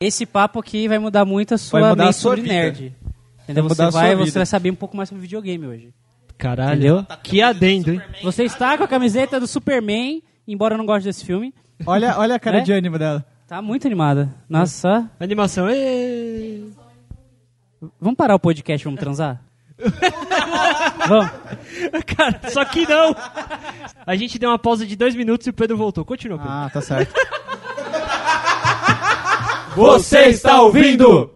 Esse papo aqui vai mudar muito a sua Vai mudar mente a sua sobre vida. nerd. Entendeu? Você Vai mudar a sua vai, você vida. vai saber um pouco mais sobre videogame hoje. Caralho. Entendeu? Que adendo, hein? Você está com a camiseta do Superman, embora eu não goste desse filme. Olha, olha a cara Né? de ânimo dela. Tá muito animada. Nossa. Animação. ê! Vamos parar o podcast, e vamos transar? vamos. Cara, só que não. A gente deu uma pausa de dois minutos e o Pedro voltou. Continua, Pedro. Ah, tá certo. Ah. Você está ouvindo?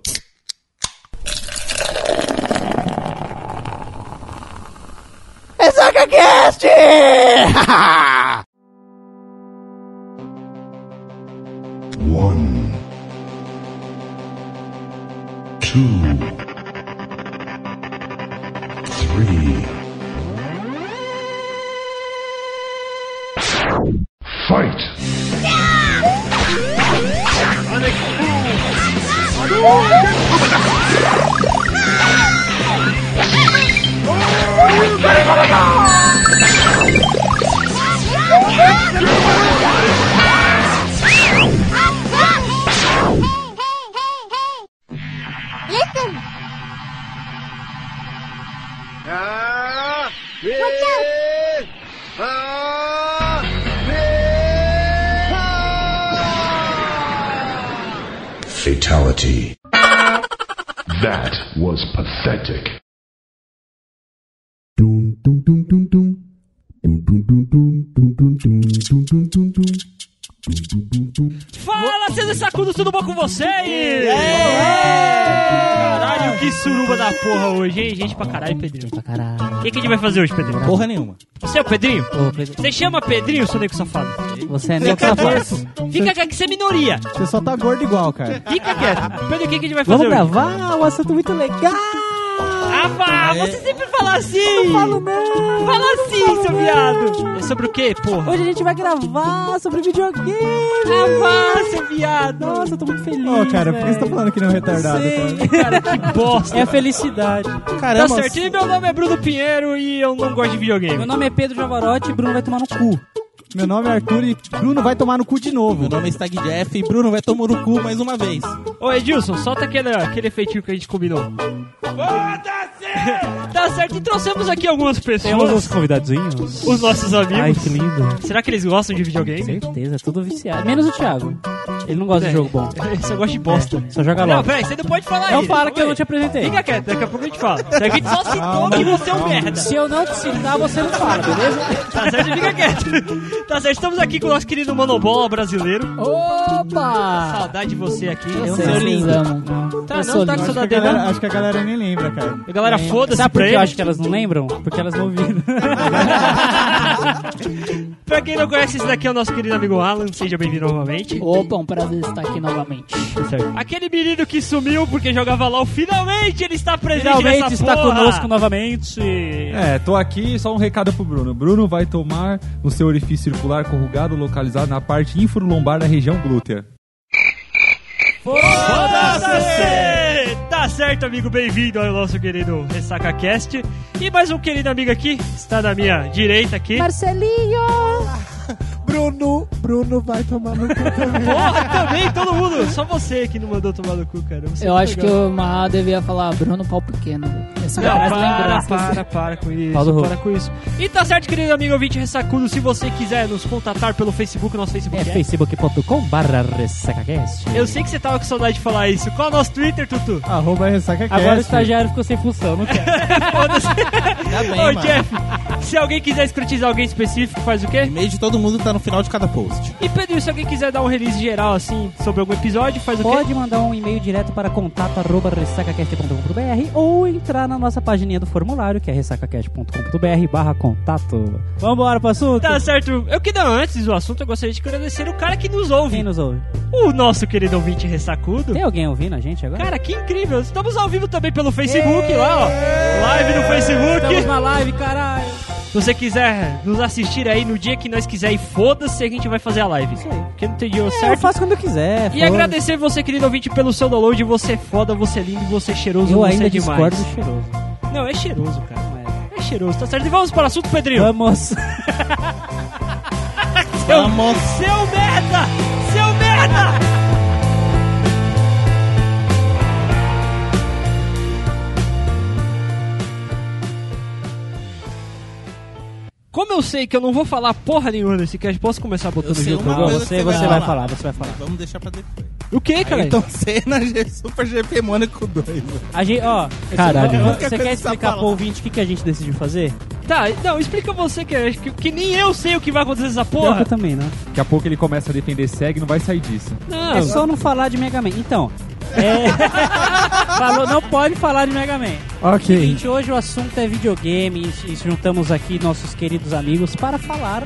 One, two, three. Fight! Listen! Watch out! Fatality. That was pathetic. Fala, seus sacudos, tudo bom com vocês? É. Caralho, que suruba da porra hoje, hein? Gente pra caralho, Pedrinho. Pra caralho. O que, que a gente vai fazer hoje, Pedrinho? Porra nenhuma. Você é o Pedrinho? Ô, Pedro, Você chama Pedrinho, seu nego safado? Você é negro safado. Fica quieto que você é minoria. Você só tá gordo igual, cara. Fica quieto. Pedro, o que, que a gente vai fazer Vamos hoje? gravar um assunto muito legal. Ah, pá, você sempre fala assim. Não falo não. Fala assim, seu viado. É sobre o quê, porra? Hoje a gente vai gravar sobre videogame. Ah, vá, seu viado. Nossa, eu tô muito feliz. Ô, cara, por que você tá velho. falando que não é retardado? Sim. cara? Cara, que bosta. É a felicidade. Tá Caramba, certo. E meu nome é Bruno Pinheiro e eu não gosto de videogame. Meu nome é Pedro Javarotti e Bruno vai tomar no cu. meu nome é Arthur e Bruno vai tomar no cu de novo. Meu nome é Stag Jeff e Bruno vai tomar no cu mais uma vez. Ô Edilson, solta aquele, aquele efeitinho que a gente combinou. Foda-se! tá certo, e trouxemos aqui algumas pessoas, convidadinhos. os nossos amigos. Ai, que lindo. Será que eles gostam de videogame? Certeza, é tudo viciado. Menos o Thiago. Ele não gosta de jogo bom. Eu só gosto de bosta. Só joga Não, logo. peraí, você É. não pode falar Eu isso. falo que eu Oi. não te apresentei. Fica quieto, daqui a pouco a gente fala. Daqui a gente só citou que você é um merda. Se eu não te citar, você não fala, beleza? Tá certo, fica quieto. Tá certo, estamos aqui com o nosso querido Manobola brasileiro. Opa! Saudade de você aqui. Eu sei. sei, vocês amam. Tá, Eu não, sou tá lindo. com saudade Acho que, a dele. galera, não? acho que a galera nem lembra, cara. A galera foda-se Sabe por pra que eu ele. acho que é? elas não lembram? Porque elas não ouviram. Pra quem não conhece, esse daqui é o nosso querido amigo Alan. Seja bem-vindo novamente. Tá Opa, um prazer estar aqui novamente. Aquele menino que sumiu porque jogava LOL, finalmente ele está presente Finalmente nessa está porra. conosco novamente. É, tô aqui, só um recado pro Bruno. Bruno vai tomar no seu orifício circular corrugado localizado na parte infralombar da região glútea. Foda-se! Tá certo, amigo, bem-vindo ao nosso querido Ressaca Cast. E mais um querido amigo aqui, está na minha direita aqui. Marcelinho! Bruno, Bruno vai tomar no cu também. Porra, também, todo mundo. Só você que não mandou tomar no cu, cara. Você Eu é acho que legal. o Marra devia falar Bruno Pau Pequeno. Essa Não, parece Ah, para, para, lembrança. para com isso, Paulo Rô. para com isso. E tá certo, querido amigo ouvinte ressacudo, se você quiser nos contatar pelo Facebook, nosso Facebook É facebook.com barra ressacacast. Eu sei que você tava com saudade de falar isso. Qual é o nosso Twitter, Tutu? Arroba ressaca Agora o estagiário ficou sem função, não quer. Tá bem, Ô, mano. Jeff, se alguém quiser escrotizar alguém específico, faz o quê? E-mail de todo mundo tá no final de cada post. E Pedro, se alguém quiser dar um release geral, assim, sobre algum episódio, faz o quê? Pode mandar um e-mail direto para contato arroba ressacacast.com.br ou entrar na nossa pagininha do formulário, que é ressacacast.com.br barra contato. Vambora pro assunto? Tá certo. Eu que não, antes do assunto, eu gostaria de agradecer o cara que nos Quem ouve. nos ouve? O nosso querido ouvinte ressacudo. Tem alguém ouvindo a gente agora? Cara, que incrível. Estamos ao vivo também pelo Facebook lá, ó. Live no Estamos Facebook. na live, caralho! Se você quiser nos assistir aí no dia que nós quiser e foda-se, a gente vai fazer a live. Isso aí. Porque não tem dia É, eu certo. faço quando eu quiser. E foda-se. agradecer você, querido ouvinte, pelo seu download. Você é foda, você é lindo, você é cheiroso, Eu você é ainda demais. discordo do cheiroso. Não, é cheiroso, cara. É cheiroso, tá certo? E vamos para o assunto, Pedrinho. Vamos! Seu merda! Seu merda! eu sei que eu não vou falar porra nenhuma nesse cast, posso começar Eu botando sei junto uma Não, agora? coisa você, que você vai vai falar. falar, você vai falar. Vamos deixar pra depois. O que, cara? Então, cena G- Super GP Mônaco 2. A gente, ó, Caralho. você- A única Você coisa quer que explicar tá pro ouvinte o que, que a gente decidiu fazer? Tá, não, explica você que, acho que, que nem eu sei o que vai acontecer nessa Pior que porra. eu também, né? Daqui a pouco ele começa a defender SEG e não vai sair disso. Não, É só não falar de Mega Man. Então, é... Falou, não pode falar de Mega Man. Ok. Gente, hoje o assunto é videogame e e juntamos aqui nossos queridos amigos para falar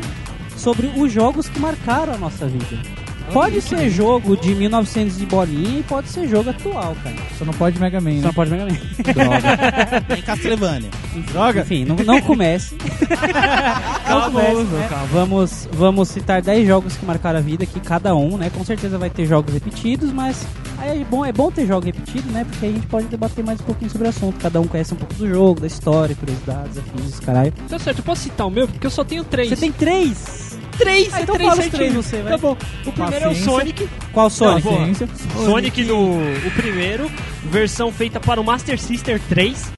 sobre os jogos que marcaram a nossa vida. Pode ser jogo de 1900 de bolinha e pode ser jogo atual, cara. Só não pode Mega Man, Só né? não pode Mega Man. Droga. Em Castlevania. Droga. Enfim, não, não comece. Não comece, né? Vamos, vamos citar 10 jogos que marcaram a vida aqui, cada um, né? Com certeza vai ter jogos repetidos, mas aí é bom, é bom ter jogo repetido, né? Porque aí a gente pode debater mais um pouquinho sobre o assunto. Cada um conhece um pouco do jogo, da história, curiosidades, afins, caralho. tá certo, eu posso citar o meu? Porque eu só tenho três. Você tem três? três, Ah, é então três fala os certinho. três você, vai. Tá Tá bom. O primeiro é o Paciência. Sonic. Qual Sonic? boa. Ciência. Sonic no o primeiro, versão feita para o Master System 3.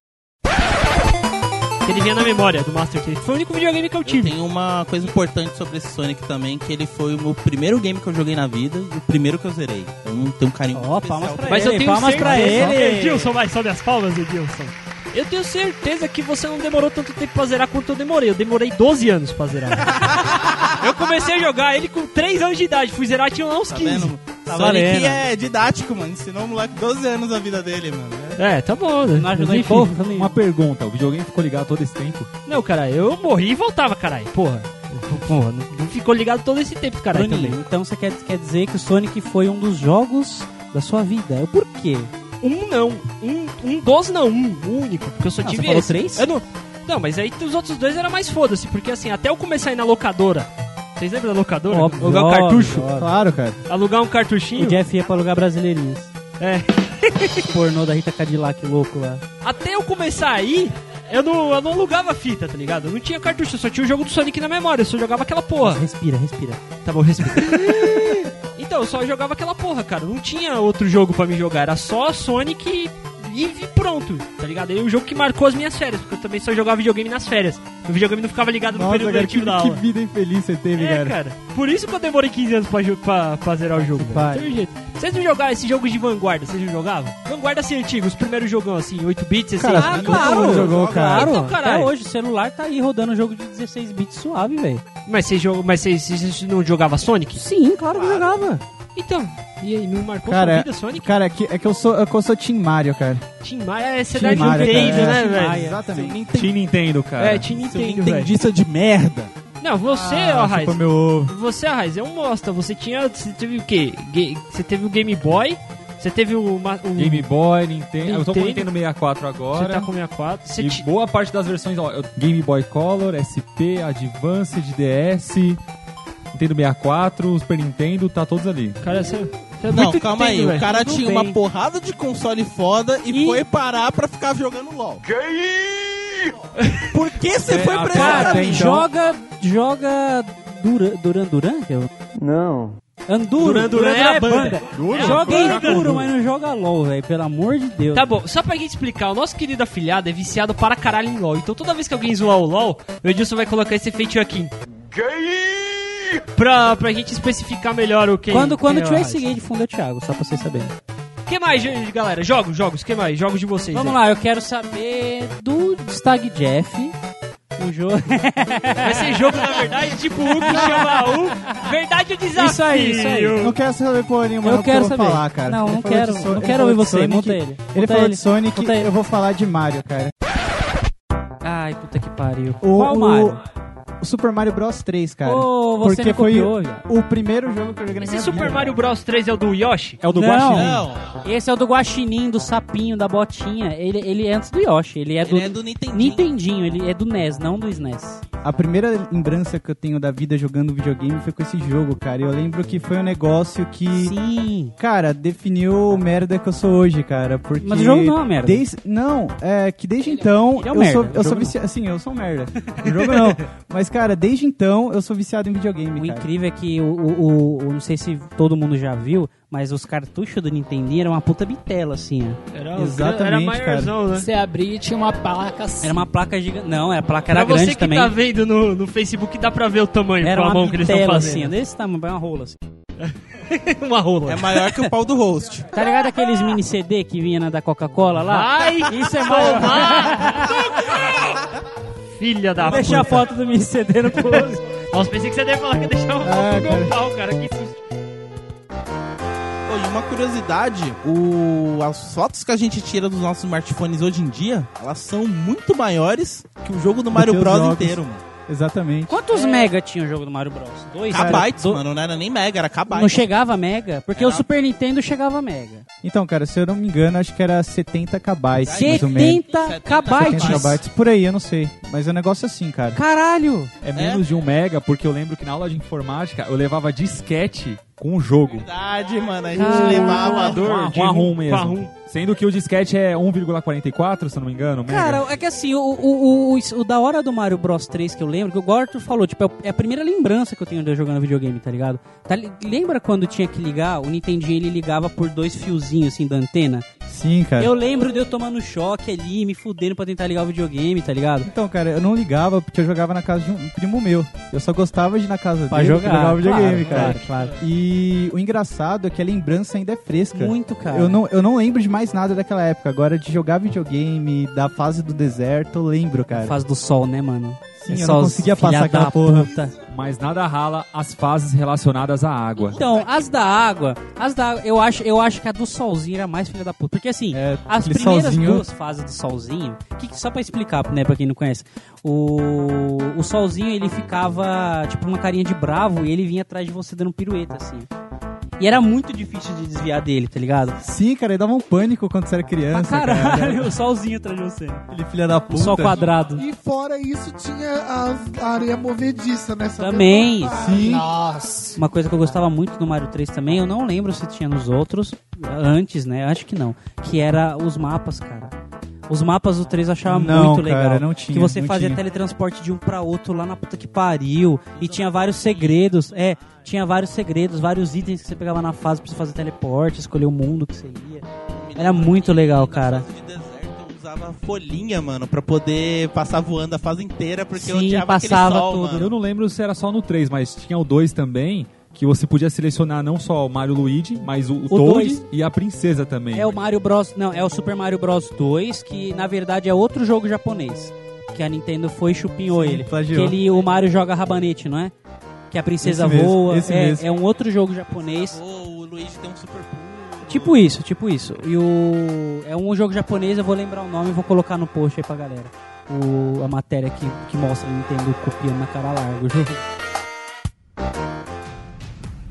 Que ele vinha na memória do Master System. Foi o único videogame que eu Eu tive. tenho uma coisa importante sobre esse Sonic também, que ele foi o meu primeiro game que eu joguei na vida e o primeiro que eu zerei. Então tem um carinho Ó, especial palmas pra pra ele, palmas pra certeza- ele. Edilson, vai, sobe as palmas, Edilson. Eu tenho certeza que você não demorou tanto tempo pra zerar quanto eu demorei. Eu demorei 12 anos pra zerar. eu comecei a jogar ele com 3 anos de idade. Fui zerar tinha lá uns Tá 15. vendo? Tá Sonic valendo. é didático, mano. Ensinou o moleque 12 anos a vida dele, mano. É, tá Não bom, né? ajudou Mas em enfim. porra nenhuma. Uma pergunta, o videogame ficou ligado todo esse tempo? Não, cara, eu morri e voltava, caralho. Porra. Porra, não ficou ligado todo esse tempo, caralho, Bruninho, também. então você quer, quer dizer que o Sonic foi um dos jogos da sua vida. É Por quê? Um não. Um, um dos não, um único. Porque eu só Ah, tive você falou esse. três? Eu não... não, mas aí os outros dois era mais foda-se, porque assim, até eu começar a ir na locadora. Vocês lembram da locadora? Óbvio, alugar um óbvio, cartucho? óbvio. Claro, cara. Alugar um O cartuchinho? Jeff ia pra lugar brasileirinhas. É. Pornô da Rita Cadillac louco lá. Até eu começar a ir, eu não, eu não alugava fita, tá ligado? Eu não tinha cartucho, eu só tinha o jogo do Sonic na memória, eu só jogava aquela porra. Respira, respira. Tá bom, respeito. então, eu só jogava aquela porra, cara. Não tinha outro jogo pra me jogar. Era só Sonic e, e pronto, tá ligado? E o jogo que marcou as minhas férias, porque eu também só jogava videogame nas férias. O videogame não ficava ligado no Nossa, período cara, que, letivo da que aula. vida infeliz você teve, É, cara. cara. Por isso que eu demorei 15 anos pra, jo- pra, pra zerar o jogo. velho. Vai. Não tem um jeito. Vocês não jogaram esses jogos de vanguarda? Vocês não jogavam? Vanguarda assim, antigo, os primeiros jogão assim, 8 bits, assim. Cara, ah, todo mundo jogou, cara. Claro, Então, caralho. até hoje o celular tá aí rodando um jogo de 16 bits suave, velho. Mas vocês, jogam, mas vocês, vocês não jogavam Sonic? Sim, claro que jogava. Então, e aí, não marcou sua Cara, vida, Sonic? Cara, é que, é que eu sou, é que eu sou Team Mario, cara. Tim Maia é Team cidade Mario, Nintendo, cara, é, né, Team velho? Mario, Exatamente. Team Nintendo, cara. É, Team Seu Nintendo, velho. entendista de merda. Não, você, ó, Ah, Raiz. chupa meu ovo. Você, ó, Raiz, é um bosta. Você tinha. Você teve o quê? Ga- Você teve o Game Boy. Você teve o. ma- o- Game Boy, Nintendo. Eu tô com o Nintendo. Nintendo 64 Você agora. tá com 64. Você E ti- boa parte das versões, ó, eu- Game Boy Color, SP, Advanced, DS, Nintendo 64, Super Nintendo, tá todos ali. Cara, você. você é Não, muito calma Nintendo, aí. velho. O cara Tudo tinha bem. uma porrada de console foda e, E- foi parar pra ficar jogando LOL. Por que você foi pra esse É, ah, Cara, caminho? então. joga. Joga. Duran Duran? Duran? que é o- Não. Anduro. Duran Duran é a banda. Joga Joga Enduro, mas não joga LOL, velho. Pelo amor de Deus. Tá bom, só pra gente explicar, o nosso querido afilhado é viciado para caralho em LOL. Então toda vez que alguém zoar o LOL, o Edilson vai colocar esse efeito aqui. Pra, pra gente especificar melhor o que Quando, quando quem é o tiver Raiz. esse gay de fundo, eu te hago, só pra vocês saberem. que mais, gente, galera? Jogos, jogos, que mais? Jogos de vocês. né? Vamos aí. lá, eu quero saber do Stag Jeff. Um jogo. Vai ser jogo, na verdade, tipo um que chama um. Verdade ou desafio? Isso aí, isso aí. Não quero saber porra nenhuma, Eu não, quero porque eu vou saber. falar, cara. Não, Ele não falou de quero- So- não ele quero falou ouvir de você, Sonic. monta ele. Monta Ele falou ele. de Sonic, Monta ele. eu vou falar de Mario, cara. Ai, puta que pariu. O- Qual o- Mario? O Super Mario Bros 3, cara. Ô, você porque me foi copiou, viado. o, o primeiro jogo que eu joguei na Mas minha esse Super vida. Mario Bros 3 é o do Yoshi? É o do Não. Guaxinim. Não, Esse é o do guaxinim, do sapinho, da botinha. Ele, ele é antes do Yoshi. Ele é do, ele é do Nintendo. Nintendinho. Ele é do NES, não do SNES. A primeira lembrança que eu tenho da vida jogando videogame foi com esse jogo, cara. Eu lembro que foi um negócio que... Sim. Cara, definiu o merda que eu sou hoje, cara. Porque Mas o jogo não é uma merda. Desde, não, é que desde então. ele é um eu merda, sou, o eu jogo sou não. viciado. Assim, eu sou um merda. O jogo não. Mas, cara, desde então eu sou viciado em videogame. O cara. incrível é que o, o, o- o- Não sei se todo mundo já viu, Mas os cartuchos do Nintendinho eram uma puta bitela, assim, ó. Era, era maiorzão, né? Você abria e tinha uma placa assim. Era uma placa gigante. Não, a placa era pra você grande que também. tá vendo no, no Facebook, dá pra ver o tamanho Era com a uma mão que eles estão bitela, assim, né? ó, fazendo. desse tamanho, uma rola, assim. Uma rola. É maior que o pau do host. Tá ligado aqueles Ah! mini CD que vinha na da Coca-Cola lá? Ai, Isso é maior. Filha da Deixa a puta. foto do mini CD no post. Nossa, pensei que você ia falar que ia deixar uma foto Ah, do meu pau, cara. Que susto. Pô, e uma curiosidade, o- as fotos que a gente tira dos nossos smartphones hoje em dia, elas são muito maiores que o jogo do Mario que os Bros jogos. inteiro, mano. Exatamente. Quantos mega tinha o jogo do Mario Bros? Dois? Kbytes, Do- mano, não era nem mega, era kbytes. Não chegava mega? Porque Era- o Super Nintendo chegava mega. Então, cara, se eu não me engano, acho que era 70 KB, mais ou menos. 70 70 kbytes. KB, por aí, eu não sei. Mas é um negócio assim, cara. Caralho! É menos de um mega, porque eu lembro que na aula de informática eu levava disquete com o jogo. Verdade, mano, a gente Caralho. levava... Dor de com a ROM rum, mesmo. com a ROM. Sendo que o disquete é 1,44, se eu não me engano. mega. Cara, é que assim, o, o, o, o- o da hora do Mario Bros 3 que eu lembro, que o Gorto falou, tipo, é o- é a primeira lembrança que eu tenho de eu jogando videogame, tá ligado? Tá li- lembra quando tinha que ligar? O Nintendinho ele ligava por dois fiozinhos assim da antena? Sim, cara. Eu lembro de eu tomando choque ali, me fudendo pra tentar ligar o videogame, tá ligado? Então, cara, eu não ligava porque eu jogava na casa de um primo meu. Eu só gostava de ir na casa Pra dele jogar, pra jogar videogame, claro, cara. E o engraçado é que a lembrança ainda é fresca. Muito, cara. Eu não, eu não lembro de mais nada daquela época. Agora, de jogar videogame, da fase do deserto, eu lembro, cara. Fase do sol, né, mano? Sim, É eu só não os conseguia filha passar aquela da porra. puta. Mas nada rala as fases relacionadas à água. Então, as da água, as da água, eu acho, eu acho que a do solzinho era mais filha da puta. Porque assim, É, as aquele primeiras solzinho- duas fases do solzinho, que, que- só pra explicar, né, pra quem não conhece, o, o solzinho ele ficava tipo uma carinha de bravo e ele vinha atrás de você dando pirueta, assim. E era muito difícil de desviar dele, tá ligado? Sim, cara, ele dava um pânico quando você era Pra criança. Cara. caralho, o solzinho atrás de você. Aquele filho da O puta. sol quadrado. E fora isso, tinha as- a areia movediça né? nessa Também. mesma fase. Sim. Nossa. Uma coisa que eu gostava muito do Mario 3 também, eu não lembro se tinha nos outros, antes, né? Acho que não. Que era os mapas, cara. Os mapas do 3 eu achava Não, muito cara, legal. não tinha, que você não fazia tinha. teletransporte de um pra outro lá na puta que pariu. E tinha vários segredos. É, tinha vários segredos, vários itens que você pegava na fase pra você fazer teleporte, escolher o mundo que você ia. Era muito legal, cara. Na fase de deserto, eu usava folhinha, mano, pra poder passar voando a fase inteira, porque eu Sim, odiava passava aquele sol, tudo. mano. Eu não lembro se era só no 3, mas tinha o 2 também, que você podia selecionar não só o Mario Luigi, mas o, o, Toad dois. e a princesa também. É o Mario Bros. Não, é o Super Mario Bros 2, que na verdade é outro jogo japonês. Que a Nintendo foi e chupinhou Sim, ele. plagiou. Que ele, o Mario joga rabanete, não é? Que a princesa Esse mesmo, voa. esse é, mesmo. é um outro jogo japonês. Pô, o Luigi tem um super pulo. Tipo isso, tipo isso. E o. É um jogo japonês, eu vou lembrar o nome e vou colocar no post aí pra galera. O, a matéria que, que mostra a Nintendo copiando na cara larga o jogo.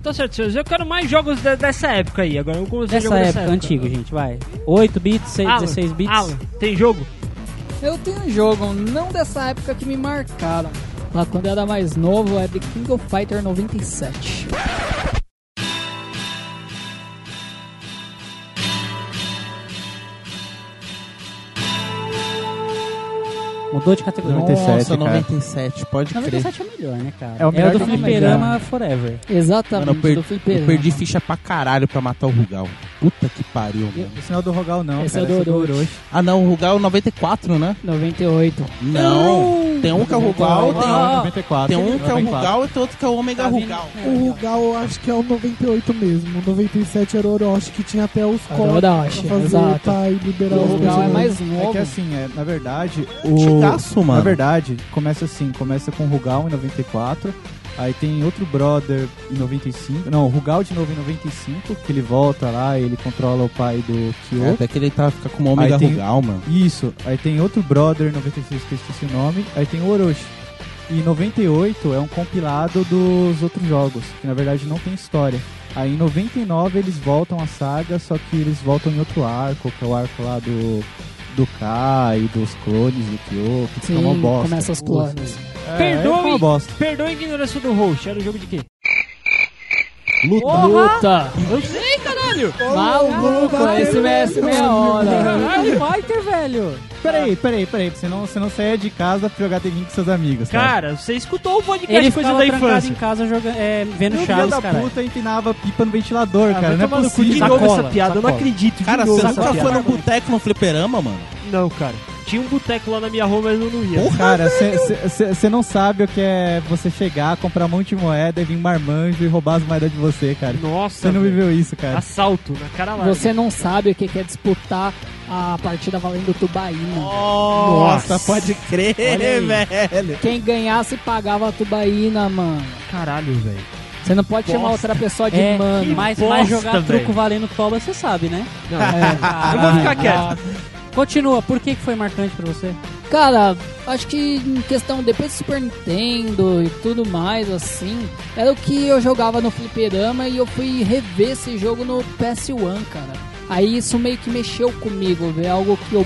Tá certo, senhores. Eu quero mais jogos de- dessa época aí. Agora eu comecei Dessa jogo época, dessa época. antigo, gente, vai. 8 bits, 6, Alan, 16 bits. Alan, tem jogo? Eu tenho um jogo, não dessa época que me marcaram. Lá quando eu era mais novo, é The King of Fighter 97. Mudou de categoria. 97, Nossa, cara. 97, pode crer. 97 é melhor, né, cara? É o melhor do jogo, né, Fliperama Forever. Exatamente, Mano, eu perdi- do Eu fliperama. perdi né? ficha pra caralho pra matar o Rugal. Puta que pariu, mano. O sinal do Rogal não, Esse cara. é do esse Orochi. Ah não, o Rugal é o 94, né? 98. Não, tem um que é o Rugal, tem um- Não, 94. tem um que é o 94. Rugal e tem outro que é o Omega Tá vindo- Rugal. O Rugal, eu acho que é o 98 mesmo. O 97 era o Orochi, que tinha até os Era o códigos pra Orochi, fazer exato. tá, e liberar O os Rugal é personagens. mais É novo. que assim, é, na verdade, o. Antigaço, mano. Na verdade, começa assim, começa com o Rugal em 94, aí tem outro brother em 95. Não, o Rugal de novo em 95, que ele volta lá, ele controla o pai do Kyo. É, até que ele tá fica com o Omega Aí tem- Rugal, mano. Isso, aí tem outro brother em 96 que eu esqueci o nome, aí tem o Orochi. E 98 é um compilado dos outros jogos, que na verdade não tem história. Aí em 99 eles voltam à saga, só que eles voltam em outro arco, que é o arco lá do do K e dos clones do Kyo, que fica uma Sim, um bosta. começa os clones. É, Perdoe. fica uma bosta. Perdoa a ignorância do host. Era o jogo de quê? Luta. Luta! Eu sei, caralho. Caralho! Maluco, esse merece meia hora. Caralho, Fighter, velho! Peraí, peraí, peraí. Você não, você não saia de casa pra jogar Tekken com seus amigos, tá? cara. Cara, você escutou o podcast Ele Coisa ficava da trancado Infância. em casa jogando, é, vendo o filho Chaves, da cara. puta empinava pipa no ventilador, Ah, cara. vai Não é tomar no cu de possível. novo Sacola, essa piada, eu não sacola. acredito. de Cara, novo você essa nunca piada. foi no boteco no fliperama, mano? Não, cara. Tinha um boteco lá na minha rua, mas eu não ia. Cara, você não sabe o que é você chegar, comprar um monte de moeda e vir marmanjo e roubar as moedas de você, cara. Nossa. Você não velho. viveu isso, cara. Assalto na cara lá. Você não sabe o que que é disputar a partida valendo tubaína. Nossa, pode crer, velho. Quem ganhasse pagava a tubaína, mano. Caralho, velho. Você não pode chamar Bosta. outra pessoa de É, mano. mas, bosta, mas jogar velho. truco valendo toba, você sabe, né? Não, é. Eu vou ficar Caralho. quieto. Continua, por que que foi marcante pra você? Cara, acho que em questão depois do Super Nintendo e tudo mais assim, era o que eu jogava no fliperama e eu fui rever esse jogo no PS1, cara. Aí isso meio que mexeu comigo, ver algo que eu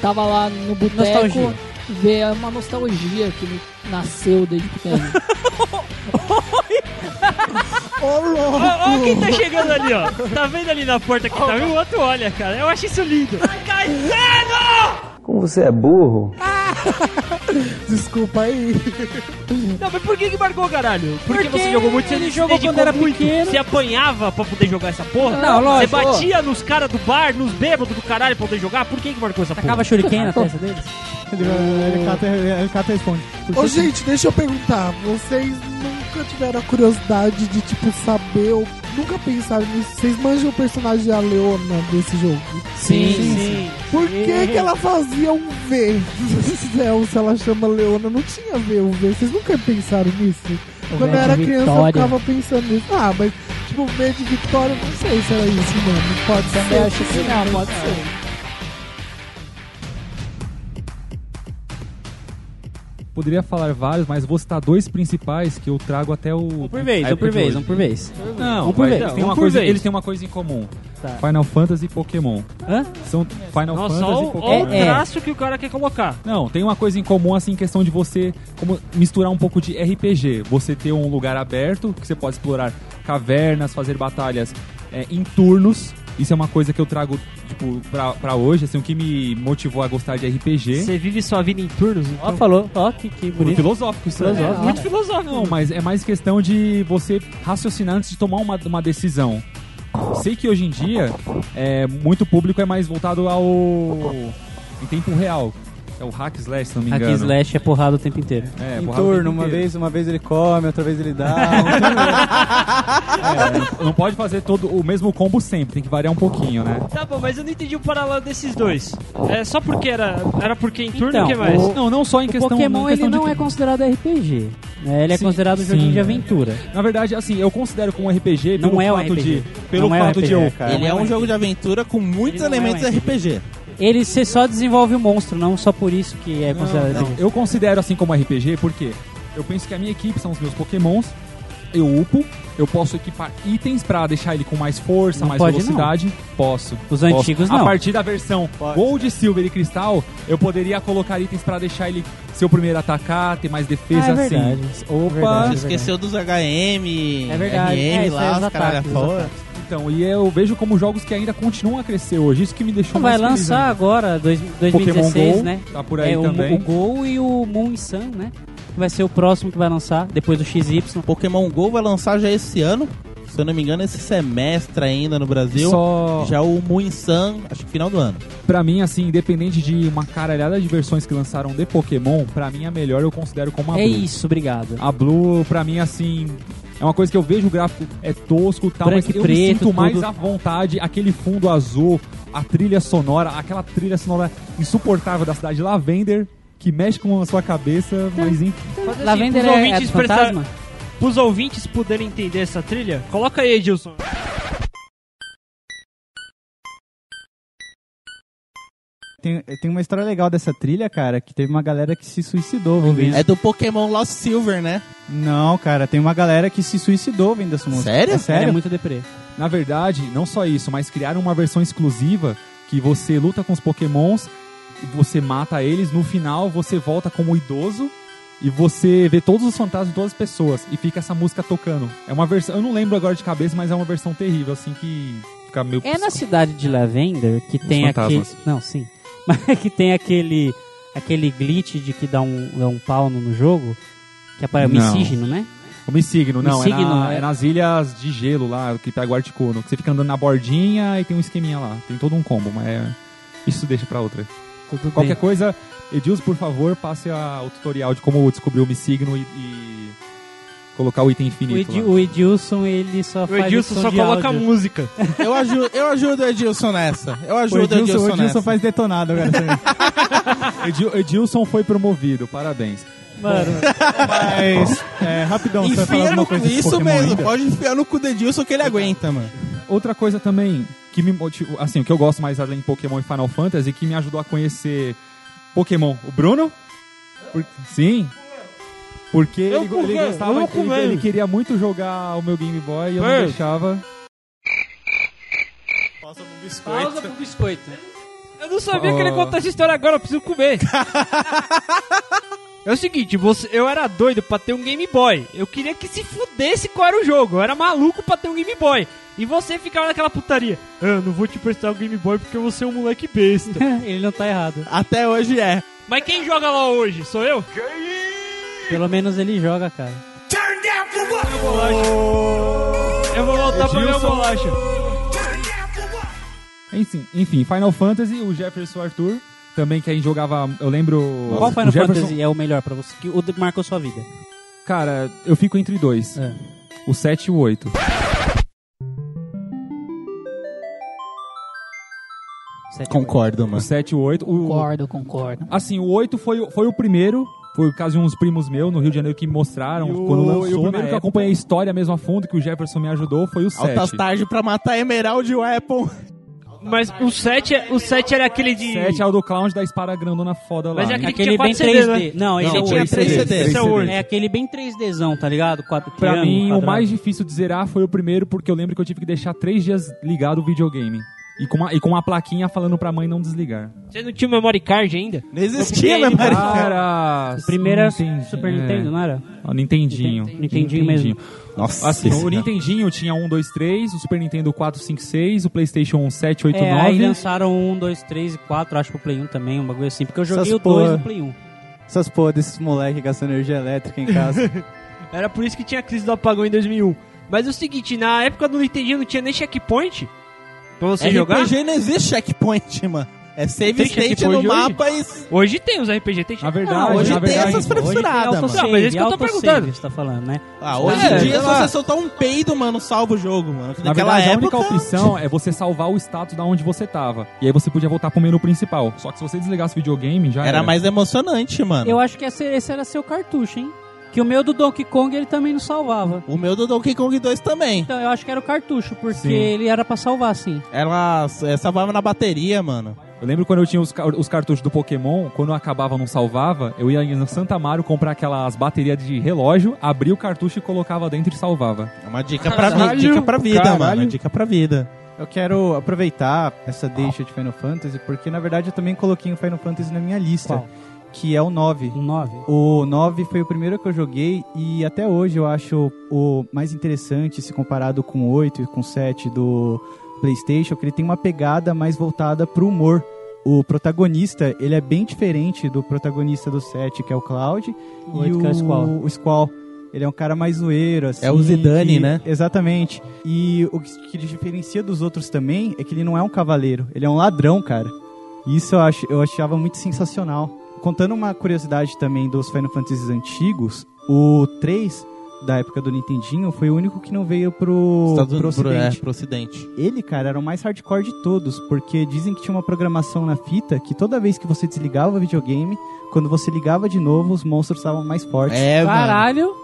tava lá no boteco, Nostalgia. ver uma nostalgia que me nasceu desde pequeno. Ô, Ó, louco! ó quem tá chegando ali, ó. Tá vendo ali na porta que tá vindo? O outro olha, cara. Eu acho isso lindo. Desculpa aí. Não, mas por que que marcou, caralho? Porque, Porque você jogou muito, você ele se jogou dedicou quando era muito. pequeno. Você apanhava pra poder jogar essa porra? Não, Você lógico. batia nos caras do bar, nos bêbados do caralho pra poder jogar? Por que que marcou essa porra? Tacava shuriken na testa deles? Ele, ele, cata, ele cata e responde. Por que- Ô, gente, deixa eu perguntar. Vocês nunca tiveram a curiosidade de, tipo, saber ou nunca pensaram nisso? Vocês manjam o personagem da Leona desse jogo? Sim, sim, Por que, que ela fazia um V? Não, se ela chama Leona, não tinha V, um V. Vocês nunca pensaram nisso? Quando eu era criança, eu ficava pensando nisso. Ah, mas, tipo, V de Vitória, não sei se era isso, mano. Pode ser. Também acho que não, pode ser. Poderia falar vários, mas vou citar dois principais que eu trago até o. Um por vez, a um por época de vez, É, hoje. um por vez. Não, Um por mas vez, eles um têm uma por coisa- vez. Eles têm uma coisa em comum: Tá. Final Fantasy e Pokémon. Hã? São Final Nossa, Fantasy olha e o- Pokémon. olha o É. traço que o cara quer colocar. Não, tem uma coisa em comum, assim, em questão de você como misturar um pouco de RPG. Você ter um lugar aberto, que você pode explorar cavernas, fazer batalhas é, em turnos. Isso é uma coisa que eu trago, tipo, pra, pra hoje, assim, o que me motivou a gostar de RPG. Você vive sua vida em turnos? Então... Ó, falou, ó, que, que Muito bonito. filosófico isso aí. Filosófico. Muito filosófico. Não, mas é mais questão de você raciocinar antes de tomar uma, uma decisão. Sei que hoje em dia, é, muito público é mais voltado ao... em tempo real. É o hack slash, se não me Hack engano. Slash é porrada o tempo inteiro. É, em porrada o tempo turno, uma inteiro. vez, uma vez ele come, outra vez ele dá. É, não pode fazer todo o mesmo combo sempre, tem que variar um pouquinho, né? Tá bom, mas eu não entendi o paralelo desses dois. É só porque era. Era porque é em turno Então, o que mais? o- Não, não só em O questão, Pokémon em questão ele de não é tudo. considerado RPG. né? Ele é Sim, considerado um sim. joguinho de aventura. Na verdade, assim, eu considero como RPG Não pelo é um fato RPG. de pelo Não é um fato de RPG, eu cara. Ele é um jogo de aventura com muitos Ele não é um elementos RPG. Ele você só desenvolve o monstro, não só por isso que é considerado Não, RPG. Eu considero assim como RPG porque eu penso que a minha equipe são os meus pokémons, eu upo, eu posso equipar itens pra deixar ele com mais força, Não mais pode, velocidade. Posso. Os posso. antigos, não. A partir da versão Gold, Silver e Cristal, eu poderia colocar itens pra deixar ele ser o primeiro a atacar, ter mais defesa, Ah, é assim. verdade. Opa! verdade. Você esqueceu dos HM, É verdade. RM É, isso é lá, os os caralho ataques, os fora. ataques. Então, e eu vejo como jogos que ainda continuam a crescer hoje. Isso que me deixou Então, vai mais feliz lançar ainda. agora, dois- Pokémon 2016, Go, né? tá por aí é, o, também. o Gol e o Moon e Sun, né? Vai ser o próximo que vai lançar, depois do XY. Pokémon GO vai lançar já esse ano. Se eu não me engano, esse semestre ainda no Brasil. Só Já o Moon Sun, acho que final do ano. pra mim, assim, independente de uma caralhada de versões que lançaram de Pokémon, pra mim a melhor eu considero como a É Blue. isso, obrigado. A Blue, pra mim, assim, é uma coisa que eu vejo o gráfico é tosco e tal, Branco mas e eu me preto, sinto mais tudo. à vontade, aquele fundo azul, a trilha sonora, aquela trilha sonora insuportável da cidade Lavender, que mexe com a sua cabeça, mas enfim. Faz assim, Lavender pros é, é ouvintes do prestar- fantasma? Pros ouvintes poderem entender essa trilha, coloca aí, Edilson. tem, tem uma história legal dessa trilha, cara, que teve uma galera que se suicidou vendo isso. É do Pokémon Lost Silver, né? Não, cara, tem uma galera que se suicidou vendo essa música. Sério? Ele É é sério? muito deprê. Na verdade, não só isso, mas criaram uma versão exclusiva que você luta com os pokémons, você mata eles, no final você volta como idoso e você vê todos os fantasmas de todas as pessoas e fica essa música tocando. É uma versão, eu não lembro agora de cabeça, mas é uma versão terrível, assim que ficar meio É na cidade de Lavender que tem aquele. fantasmas. Não, sim. Mas que tem aquele. aquele glitch de que dá um, dá um pau no- no jogo. Que é para Não. missígeno, né? O Missigno, não, é, Missigno, na- é. é nas ilhas de gelo lá, que pega o Articuno, que você fica andando na bordinha e tem um esqueminha lá. Tem todo um combo, mas é- isso deixa pra outra. Qualquer coisa, é Edilson, por favor, passe a- o tutorial de como descobrir o Missigno e, e colocar o item O, infinito. Edi, lá. o Edilson, ele só faz. Edilson edição só de coloca áudio. música. Eu ajudo, eu ajudo o Edilson nessa. Eu ajudo o Edilson, Edilson, né? o Edilson nessa. faz detonado agora também. Edil- Edilson foi promovido, parabéns. Mano, Mas, é, rapidão, você vai falar Enfia alguma no cu, coisa desse isso Pokémon mesmo. ainda? Pode enfiar no cu do Edilson que ele aguenta, mano. Outra coisa também que me motivou, assim, o que eu gosto mais além de Pokémon e Final Fantasy, que me ajudou a conhecer Pokémon, o Bruno? Por- sim. Porque Eu ele, por ele quê? gostava, Eu ele, por quê? ele queria muito jogar o meu Game Boy e eu Ei. não deixava. Pausa pro biscoito. Eu não sabia Oh. que ele ia contar essa história agora, eu preciso comer. é o seguinte, você, eu era doido pra ter um Game Boy. Eu queria que se fudesse qual era o jogo. Eu era maluco pra ter um Game Boy. E você ficava naquela putaria. Ah, Eu não vou te prestar o Game Boy porque você é um moleque besta. ele não tá errado. Até hoje é. Mas quem joga lá hoje? Sou eu? Pelo menos ele joga, cara. Eu vou voltar pra minha bolacha. Enfim, enfim, Final Fantasy, o Jefferson Arthur, também que a gente jogava, eu lembro... Qual o Final Jefferson- Fantasy é o melhor pra você? Que o que marcou sua vida? Cara, eu fico entre dois. É. O 7 e o 8. Sete Concordo, O mano. 7 e o 8. O, Concordo, concordo. Assim, o 8 foi, o- foi o primeiro. Foi o caso de uns primos meus no Rio de Janeiro que me mostraram E o- quando lançou. e o o primeiro primeiro que que eu acompanhei a história mesmo a fundo, que o Jefferson me ajudou, foi o 7. Altas tarde pra matar Emerald e o Apple. Mas o 7, é- o 7 era aquele de... 7 é o do Clown da espada grandona foda lá. Mas é né? aquele- Aquele tinha bem 3D. quatro CD, né? Não, ele Não, é tinha oito. três CDs. Três Esse é o CDs. É aquele bem 3Dzão, tá ligado? Quatro, Pra triângulo, mim, o quadrado. mais difícil de zerar foi o primeiro, porque eu lembro que eu tive que deixar 3 dias ligado o videogame. E com, uma, e com uma plaquinha falando pra mãe não desligar. Você não tinha o memory card ainda? Não existia, né? Eu meu comprei ele, marido. Cara! O primeiro era Nintendinho, Super é. Nintendo, não era? Ó, Nintendinho. Nintendinho mesmo. Nossa, Assim, esse é. o cara. Nintendinho tinha 1, 2, 3, o Super Nintendo 4, 5, 6, o Playstation um, 7, 8, É, aí 9. lançaram um, dois, três e quatro, acho, pro Play 1 também, um bagulho assim. Porque eu joguei Essas o dois porra. no Play 1. Essas porra desses moleque gastando energia elétrica em casa. Era por isso que tinha a crise do apagão em 2001. Mas é o seguinte, na época do Nintendinho não tinha nem checkpoint pra você RPG jogar. não existe checkpoint, mano. É save Tem state checkpoint no hoje? mapa e. Hoje tem os RPG, tem Na checkpoint. verdade, Não, Ah, hoje na tem verdade, essas pressuradas, mano. Não, mas é isso que eu tô autosave, perguntando. Você tá falando, né? Ah, É, hoje em dia, sei se lá. você soltar um peido, mano, salva o jogo, mano. Na Naquela verdade, época. a única opção é você salvar o status da onde você tava. E aí você podia voltar pro menu principal. Só que se você desligasse o videogame, já era. Era mais emocionante, mano. Eu acho que esse, esse era seu cartucho, hein? Que o meu é do Donkey Kong, ele também não salvava. O meu do Donkey Kong 2 também. Então, eu acho que era o cartucho, porque Sim. ele era pra salvar, sim. Ela é, salvava na bateria, mano. Eu lembro quando eu tinha os, ca- os cartuchos do Pokémon, quando eu acabava não salvava, eu ia no Santa Mario comprar aquelas baterias de relógio, abria o cartucho e colocava dentro e salvava. É uma dica pra, vi Caralho, dica pra vida, caralho. mano. Dica pra vida. Eu quero aproveitar essa deixa de Final Fantasy, porque na verdade eu também coloquei o Final Fantasy na minha lista, Qual? que é o 9. Um 9. O 9 foi o primeiro que eu joguei e até hoje eu acho o mais interessante se comparado com o 8 e com o 7 do PlayStation, que ele tem uma pegada mais voltada pro humor. O protagonista, ele é bem diferente do protagonista do 7, que é o Cloud, O e 8 que é o Squall. o Squall. Ele é um cara mais zoeiro, assim. É o Zidane, que- né? Exatamente. E o que que ele diferencia dos outros também é que ele não é um cavaleiro, ele é um ladrão, cara. Isso eu, ach, eu achava muito sensacional. Contando uma curiosidade também dos Final Fantasies antigos, o 3 da época do Nintendinho foi o único que não veio pro, Estados pro Unidos, pro, é, ocidente. pro ocidente. Ele, cara, era o mais hardcore de todos, porque dizem que tinha uma programação na fita que toda vez que você desligava o videogame, quando você ligava de novo, os monstros estavam mais fortes. É, mano. Caralho.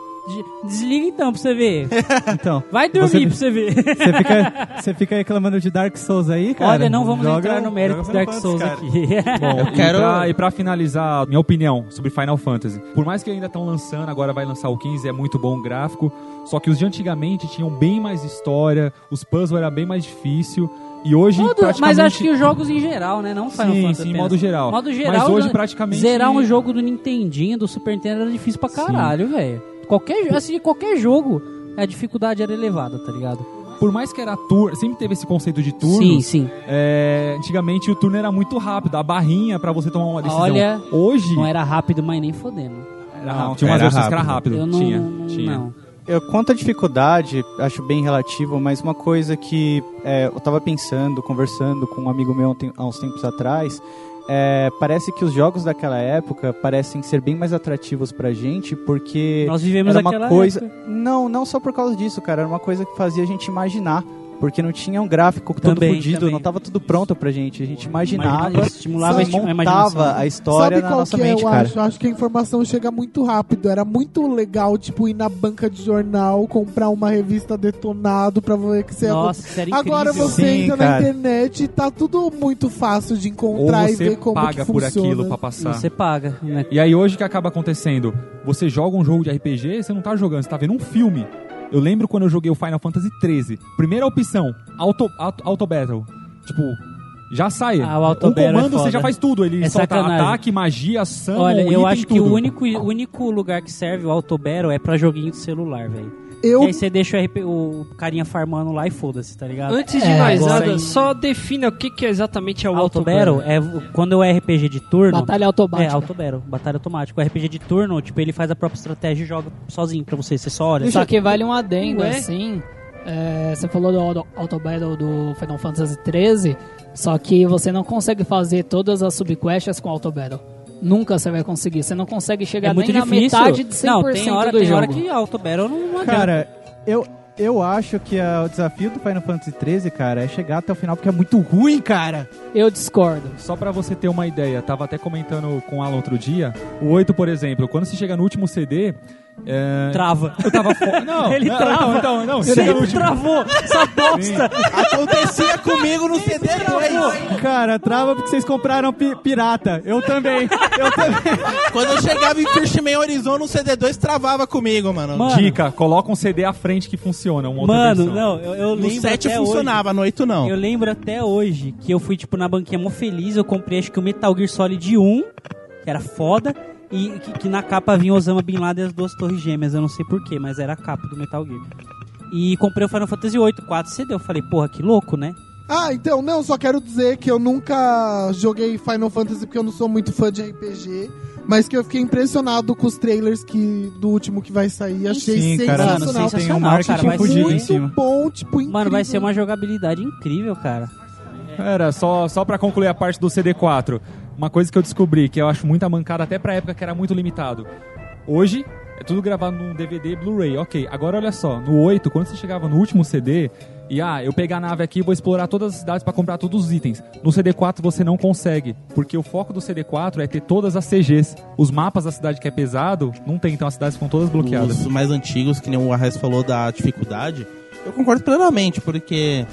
De- Desliga então pra você ver. Então, Vai dormir Você- pra você ver. você fica, você fica reclamando de Dark Souls aí, cara? Olha, não vamos Joga- um- entrar no mérito do joga Dark Final Souls Fantasy, cara. aqui. Bom, Eu e quero- pra- e pra finalizar, minha opinião sobre Final Fantasy. Por mais que ainda estão lançando, agora vai lançar o 15, é muito bom o gráfico. Só que os de antigamente tinham bem mais história, os puzzles eram bem mais difícil. E hoje, Todo- praticamente... Mas acho que os jogos em geral, né? Não Final Sim, Fantasy. sim, apenas. modo geral. Modo geral, Mas hoje, né, praticamente... Zerar um jogo do Nintendinho, do Super Nintendo era difícil pra Sim. caralho, velho. Qualquer, jo- assim, qualquer jogo, a dificuldade era elevada, tá ligado? por mais que era turno, sempre teve esse conceito de turno. Sim, sim. é, antigamente o turno era muito rápido, a barrinha pra você tomar uma decisão. Olha, hoje não era rápido, mas nem fodendo. Era rápido. Tinha umas versões que era rápido. Eu não, Tinha, não- tinha. não. Eu, quanto à dificuldade, acho bem relativo, mas uma coisa que é, eu tava pensando, conversando com um amigo meu ontem- há uns tempos atrás, é, parece que os jogos daquela época parecem ser bem mais atrativos pra gente, porque Nós vivemos era uma aquela coisa... época. Não, não só por causa disso, cara, era uma coisa que fazia a gente imaginar. Porque não tinha um gráfico todo Também, fodido, também. não tava tudo pronto pra gente. A gente imaginava, Imagina- um estimulava a sabe, estima- a imaginação. montava a história Sabe na qual nossa que é? mente, eu cara. acho? Eu acho que a informação chega muito rápido. Era muito legal, tipo, ir na banca de jornal, comprar uma revista detonado pra ver que você ia Nossa, isso era incrível. Agora você Sim, entra cara. na internet e tá tudo muito fácil de Ou encontrar e você ver como paga que por funciona. aquilo pra passar. Você paga, né? E aí hoje o que acaba acontecendo? Você joga um jogo de RPG, você não tá jogando, você tá vendo um filme. Eu lembro quando eu joguei o Final Fantasy XIII. Primeira opção, auto, auto, auto battle. Tipo, já sai. Ah, o auto um battle é comando você foda. já faz tudo. Ele É solta sacanagem. ataque, magia, summon, Olha, eu item, acho que tudo. o único, o único lugar que serve o Auto Battle é pra joguinho de celular, velho. E Eu aí você deixa o, RP o carinha farmando lá e foda-se, tá ligado? Antes de É, mais agora nada, em- só defina o que, que é exatamente é o Auto Battle é v- quando é RPG de turno. Batalha É, automática. Auto Battle, batalha automática. O RPG de turno, tipo, ele faz a própria estratégia e joga sozinho pra você, você só olha. Só saca? que vale um adendo, Ué? assim. É, você falou do auto- Auto Battle do Final Fantasy XIII, só que você não consegue fazer todas as subquests com Auto Battle. Nunca você vai conseguir. Você não consegue chegar É muito nem difícil. na metade de 100% não, tem hora, do tem jogo. hora que Auto Battle não não adianta. Cara, eu, eu acho que ah, o desafio do Final Fantasy XIII, cara, é chegar até o final porque é muito ruim, cara. Eu discordo. Só pra você ter uma ideia, tava até comentando com o Alan outro dia. O 8, por exemplo, quando você chega no último CD. é, Trava. Eu tava fo- Não, Ele não, trava. Não, então, não, chega no Sempre último. travou, essa bosta. Acontecia comigo no CD2. Cara, trava porque vocês compraram pi- pirata. Eu também. Eu também. Quando eu chegava em First Man Horizon no CD2, travava comigo, mano. Mano, Dica, coloca um CD à frente que funciona, uma outra Mano, versão. não, eu, eu no lembro 7 até hoje. funcionava, no 8 não. Eu lembro até hoje que eu fui, tipo, na banquinha mó feliz, eu comprei acho que o Metal Gear Solid 1, que era foda, e que, que na capa vinha Osama Bin Laden e as duas torres gêmeas, eu não sei porquê, mas era a capa do Metal Gear. E comprei o Final Fantasy VIII, 4 CD, eu falei, porra, que louco, né? Ah, então, não, só quero dizer que eu nunca joguei Final Fantasy porque eu não sou muito fã de RPG, mas que eu fiquei impressionado com os trailers que, do último que vai sair. Achei Sim, cara, sensacional. mano, sensacional, vocês têm um cara, marketing vai ser fudido em muito cima. Bom, tipo, incrível. Mano, vai ser uma jogabilidade incrível, cara. Era, só, só pra concluir a parte do CD4. Uma coisa que eu descobri, que eu acho muita mancada, até pra época que era muito limitado. Hoje, é tudo gravado num DVD e Blu-ray, ok. Agora olha só, no 8, quando você chegava no último CD, e ah, eu pegar a nave aqui e vou explorar todas as cidades pra comprar todos os itens. No CD4 você não consegue, porque o foco do CD4 é ter todas as CGs. Os mapas da cidade que é pesado, não tem, então as cidades ficam todas bloqueadas. Os mais antigos, que nem o Arras falou da dificuldade, eu concordo plenamente, porque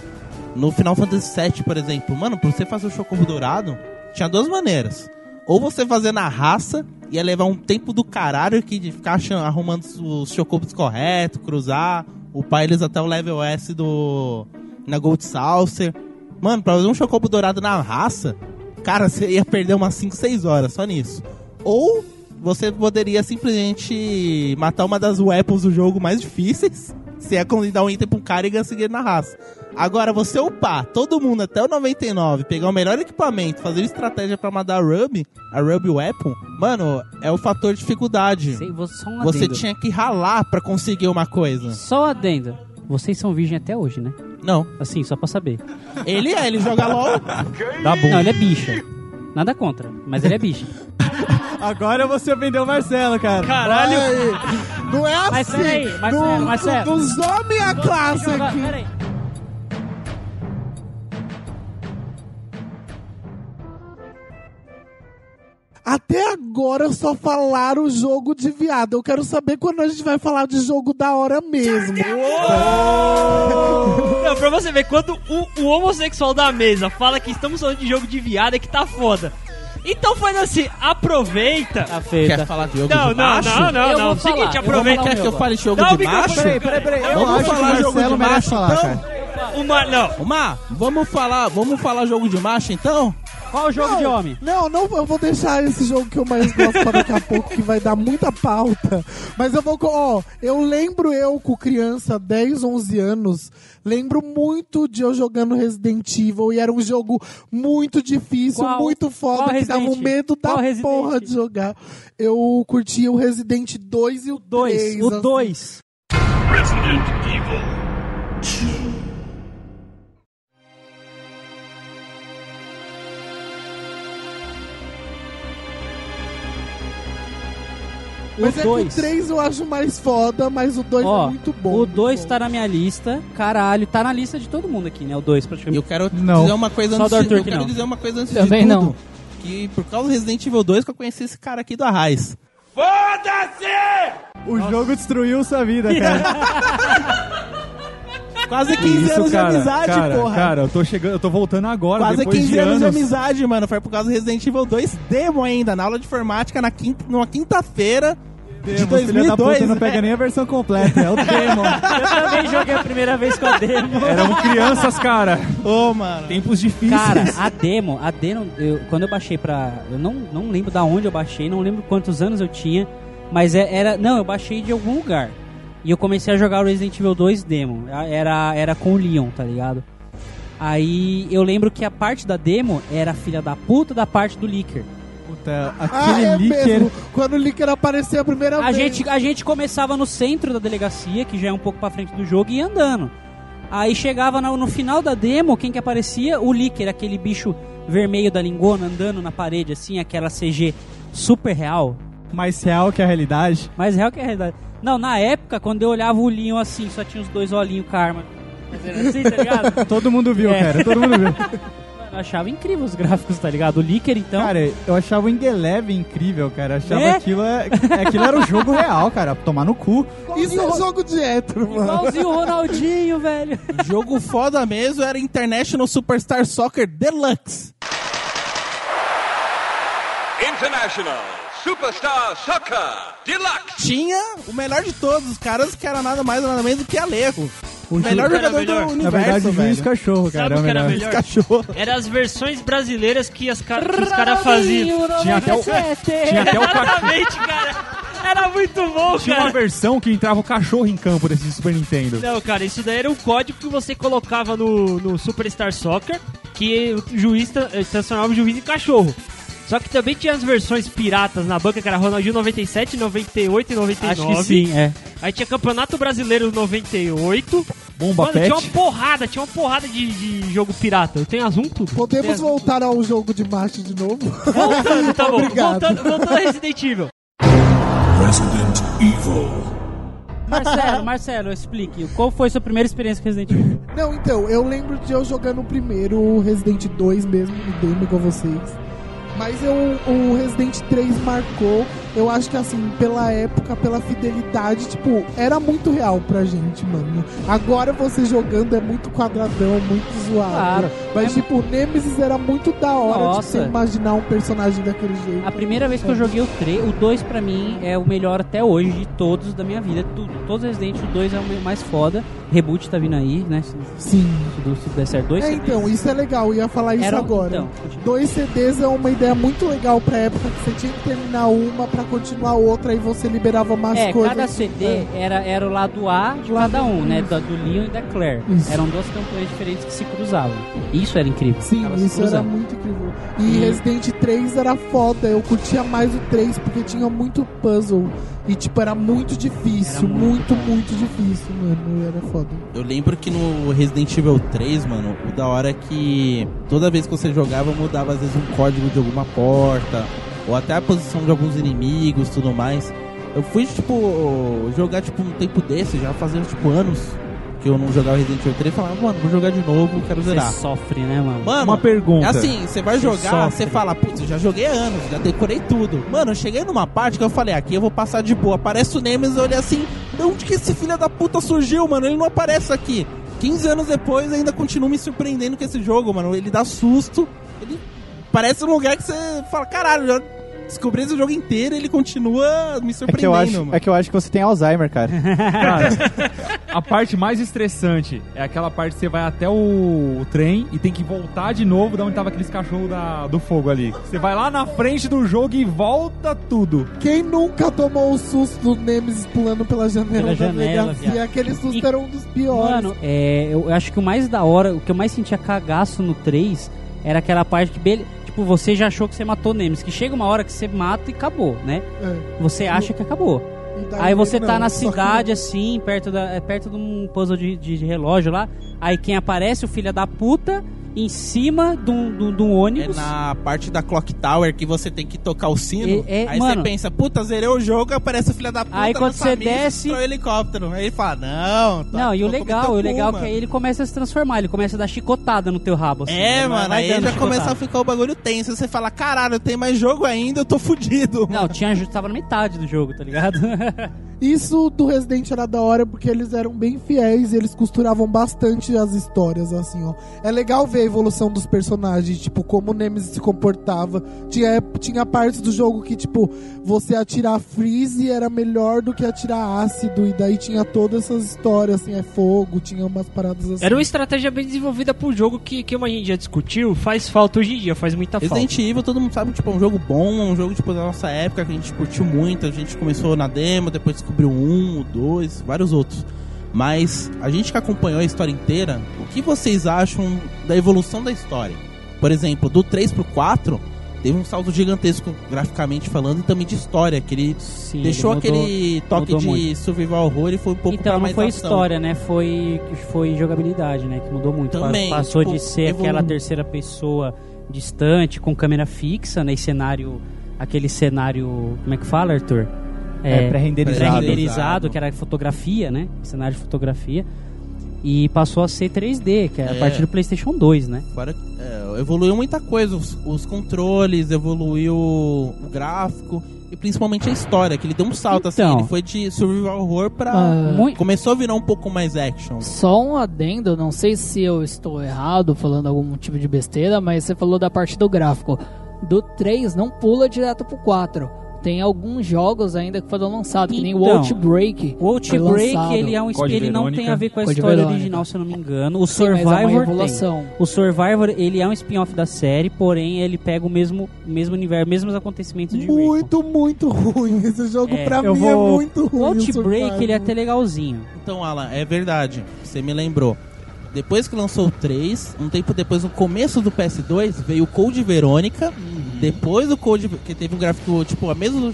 no Final Fantasy VII, por exemplo, mano, pra você fazer o Chocorro Dourado, tinha duas maneiras. Ou você fazer na raça, ia levar um tempo do caralho que de ficar achando- arrumando os chocobos corretos, cruzar, upar eles até o level S do. na Gold Saucer. Mano, pra fazer um chocobo dourado na raça, cara, você ia perder umas 5, 6 horas só nisso. Ou você poderia simplesmente matar uma das weapons do jogo mais difíceis. Se é como dar um item pra um cara e conseguir ele na raça. Agora, você upar todo mundo até o 99, pegar o melhor equipamento, fazer estratégia pra matar a Ruby, a Ruby Weapon, mano, é o fator dificuldade. Sei, vou- só um adendo. Você tinha que ralar pra conseguir uma coisa. Só um adendo. Vocês são virgem até hoje, né? Não. Assim, só pra saber. Ele é, ele joga LOL. Dá bom. Não, ele é bicha. Nada contra, mas ele é bicha. Agora você ofendeu o Marcelo, cara. Caralho! Ai, Não é assim. Mas é, peraí, Marcelo, Do- Marcelo. Dos homens à classe Joga- aqui. peraí. Até agora só falaram jogo de viado. Eu quero saber quando a gente vai falar de jogo da hora mesmo. Não, pra você ver, quando o, o homossexual da mesa fala que estamos falando de jogo de viada, é que tá foda. Então faz assim, aproveita. Tá feio, tá Quer falar de jogo Não, de não, macho? Ah, não, não, Eu é não. vou falar, eu Seguinte, vou aproveita. falar Quer que eu fale de jogo Dá o de macho? microfone. Peraí, peraí. Eu Vamos acho que o falar de jogo Marcelo de merece macho, falar, então? cara. Uma, não, Ô, Mar, vamos falar, vamos falar jogo de macho então? é Qual o jogo Não, de homem? Não, não, eu vou deixar esse jogo que eu mais gosto pra daqui a pouco, que vai dar muita pauta. Mas eu vou. co- Ó, eu lembro eu com criança, 10, 11 anos, lembro muito de eu jogando Resident Evil e era um jogo muito difícil, Qual? muito Qual foda, que dava um Resident? medo da Qual Resident? porra de jogar. Eu curtia o Resident 2 e o 3. Dois. O assim. dois. Mas o é que o dois. 3 eu acho mais foda, mas o 2 Ó, é muito bom. o 2 Bom. tá na minha lista. Caralho, tá na lista de todo mundo aqui, né? O 2 Eu praticamente. quero Não. dizer uma coisa Só antes do Arthur eu que quero não. dizer uma coisa antes Também de tudo. não. Que por causa do Resident Evil 2 que eu conheci esse cara aqui do Arraiz. O jogo destruiu sua vida, cara. Quase Que 15 anos de amizade, cara, porra. Cara, eu tô chegando, eu tô voltando agora, Quase depois 15 de anos anos. de amizade, mano. Foi por causa do Resident Evil 2 demo ainda, na aula de informática, na quinta, numa quinta-feira de Demo, filha da puta, 2002. não pega nem a versão completa, é o demo. Eu também joguei a primeira vez com a demo. Éramos crianças, cara. Ô, mano. Tempos difíceis. Cara, a demo, a demo, eu- quando eu baixei pra. Eu não, não lembro da onde eu baixei, não lembro quantos anos eu tinha, mas é- era. Não, eu baixei de algum lugar. E eu comecei a jogar o Resident Evil 2 demo. A- Era, era com o Leon, tá ligado? Aí eu lembro que a parte da demo era a filha da puta da parte do Licker. Puta, Ah, aquele é leaker. mesmo. Quando o Licker aparecer a primeira A vez. gente, a gente começava no centro da delegacia, que já é um pouco pra frente do jogo, e ia andando. Aí chegava na- no, final da demo, quem que aparecia? O Licker, aquele bicho vermelho da lingona andando na parede, assim, aquela CG super real. Mais real que a realidade. Mais real que a realidade. Não, na época, quando eu olhava o Linho assim, só tinha os dois olhinhos karma. Fazendo assim, tá ligado? Todo mundo viu, É. cara. Todo mundo viu. Eu achava incrível os gráficos, tá ligado? O Licker, então. Cara, eu achava o Indeleve incrível, cara. Eu achava Né? aquilo. é- Aquilo era o jogo real, cara. Tomar no cu. Isso é um jogo de hétero, mano. Igualzinho o Ronaldinho, velho. Jogo foda mesmo era International Superstar Soccer Deluxe. International Superstar Soccer Deluxe. Tinha o melhor de todos os caras, que era nada mais nada menos do que Alejo. O melhor Juca era jogador melhor. do Na universo, verdade, o juiz velho. cachorro, cara. Sabe o que era era o melhor. melhor? Cachorro. Eram as versões brasileiras que, as car- que os caras faziam. Tá. Tinha até o- Tinha É até um o ca- Exatamente, cara. Era muito bom, Tinha uma cara. versão que entrava o cachorro em campo desse Super Nintendo. Não, cara, isso daí era um código que você colocava no, no Superstar Soccer, que o juiz tra- eh, transformava o juiz em cachorro. Só que também tinha as versões piratas na banca, que era Ronaldinho 97, 98 e 99. Acho que sim, é. Aí tinha Campeonato Brasileiro 98. Bomba Mano, tinha Pet. uma porrada, tinha uma porrada de, de jogo pirata. Eu tenho as um tudo. Podemos voltar ao jogo de macho de novo? Voltando, tá bom. Obrigado. Voltando, voltando é a Resident Evil. Resident Evil. Marcelo, Marcelo, explique. Qual foi sua primeira experiência com Resident Evil? Não, então, eu lembro de eu jogando o primeiro Resident 2 mesmo, no demo com vocês. Mas eu, o Resident 3 marcou, eu acho que assim, pela época, pela fidelidade, tipo, era muito real pra gente, mano. Agora você jogando é muito quadradão, é muito zoado. Claro. É Mas, tipo, Nemesis era muito da hora de Nossa. você imaginar um personagem daquele jeito. É. A primeira vez que eu joguei o 3, o 2 pra mim é o melhor até hoje de todos da minha vida. Tudo, todos os Resident o 2 é o mais foda. Reboot tá vindo aí, né? Se, se Sim. tudo- se der certo, 2 É, então, isso é legal, eu ia falar isso agora. Então, continua. Dois CDs é uma ideia muito legal pra época que você tinha que terminar uma pra continuar outra e você liberava mais é, coisas. cada CD era, era o lado A de cada um, né? Da, do Leon e da Claire. Isso. Eram duas campanhas diferentes que se cruzavam. Isso era incrível. Sim, Elas se isso era cruzavam. muito incrível. E E- Resident 3 era foda, eu curtia mais o 3 porque tinha muito puzzle. E tipo, era muito difícil, Era muito, muito, muito, difícil, mano. Era foda. Eu lembro que no Resident Evil 3, mano, o da hora é que toda vez que você jogava, mudava às vezes um código de alguma porta, ou até a posição de alguns inimigos tudo mais. Eu fui, tipo, jogar, tipo, um tempo desse, já fazia, tipo, anos que eu não jogava Resident Evil 3 e falava, mano, vou jogar de novo, quero Você zerar. sofre, né, mano? Mano, Uma pergunta. é assim, você vai Você jogar, sofre. você fala, putz, eu já joguei há anos, já decorei tudo. Mano, eu cheguei numa parte que eu falei, aqui eu vou passar de boa. Aparece o Nemesis, eu olhei assim, de onde que esse filho da puta surgiu, mano? Ele não aparece aqui. 15 anos depois, ainda continua me surpreendendo com esse jogo, mano. Ele dá susto, ele parece um lugar que você fala, caralho, já descobri esse jogo inteiro, ele continua É me que, surpreendendo, eu acho, mano. é que eu acho que você tem Alzheimer, cara. Cara, a parte mais estressante é aquela parte que você vai até o, o trem e tem que voltar de novo da onde tava aqueles cachorros da- do fogo ali. Você vai lá na frente do jogo e volta tudo. Quem nunca tomou o susto do Nemesis pulando pela Pela janela da janela, delegacia? viado. Aquele susto E- era um dos piores. Mano, é, eu acho que o mais da hora, o que eu mais sentia cagaço no 3 era aquela parte que, bele- tipo, você já achou que você matou o Nemesis, que chega uma hora que você mata e acabou, né? É. Você acha que acabou. E daí Aí você não, tá na só que não. cidade, assim, perto, da, é, perto de um puzzle de, de- de relógio lá. Aí quem aparece, o filho da puta, em cima de um, de um- de um É ônibus. na parte da Clock Tower que você tem que tocar o sino. É, é, aí mano. você pensa, puta, zerei o jogo, aparece o filho da puta. Aí na quando você família e desce- destrói o helicóptero. Aí ele fala, não. tá- Não, e o tô legal, o comendo legal é puma. que aí ele começa a se transformar, ele começa a dar chicotada no teu rabo. assim, É, né? Vai- mano, vai aí dando já chicotada. começa a ficar o bagulho tenso. Você fala, caralho, tem mais jogo ainda, eu tô fudido. Não, tinha, tava na metade do jogo, tá ligado? Isso do Resident era da hora porque eles eram bem fiéis e eles costuravam bastante as histórias, assim, ó. É legal ver a evolução dos personagens, tipo, como o Nemesis se comportava. Tinha, tinha partes do jogo que, tipo, você atirar freeze era melhor do que atirar ácido, e daí tinha todas essas histórias, assim, é fogo, tinha umas paradas assim. Era uma estratégia bem desenvolvida pro jogo que, que a gente já discutiu, faz falta hoje em dia, faz muita falta. Resident Evil, todo mundo sabe, tipo, é um jogo bom, um jogo, tipo, da nossa época, que a gente curtiu muito, a gente começou na demo, depois descobriu um, o dois, vários outros. Mas a gente que acompanhou a história inteira, o que vocês acham da evolução da história? Por exemplo, do 3 pro 4, teve um salto gigantesco, graficamente falando, e também de história, que ele Sim, deixou ele mudou- aquele toque mudou de muito. survival horror e foi um pouco Então, pra não mais foi ação. história, né? Foi, foi jogabilidade, né? Que mudou muito. Pa- Também, Passou tipo, de ser evolu- aquela terceira pessoa distante, com câmera fixa, né? E cenário. Aquele cenário. Como é que fala, Arthur? É, pré-renderizado. pré-renderizado, que era fotografia, né? Cenário de fotografia. E passou a ser 3D, que era a É. partir do PlayStation 2, né? Agora, é, evoluiu muita coisa, os, os controles, evoluiu o gráfico e principalmente a história, que ele deu um salto Então. assim, ele foi de survival horror pra... Ah. Muito. Começou a virar um pouco mais action. Só um adendo, não sei se eu estou errado falando algum tipo de besteira, mas você falou da parte do gráfico. Do 3 não pula direto pro 4. Tem alguns jogos ainda que foram lançados, que nem o Então. Outbreak. O Outbreak, lançado. ele, é um, Code ele não Verônica. tem a ver com a Code história Verônica. original, se eu não me engano. O Sim, mas é uma Survivor tem. evolução. O Survivor, ele é um spin-off da série, porém ele pega o mesmo, mesmo universo, mesmos acontecimentos de Rico. Muito, muito ruim. Esse jogo então. É, pra eu mim é vou- muito ruim. O Outbreak, Survival. ele é até legalzinho. Então, Alan, é verdade, você me lembrou. Depois que lançou o 3, um tempo depois, no começo do PS2, veio o Code Verônica, depois o Code, que teve um gráfico, tipo, a mesma A mesma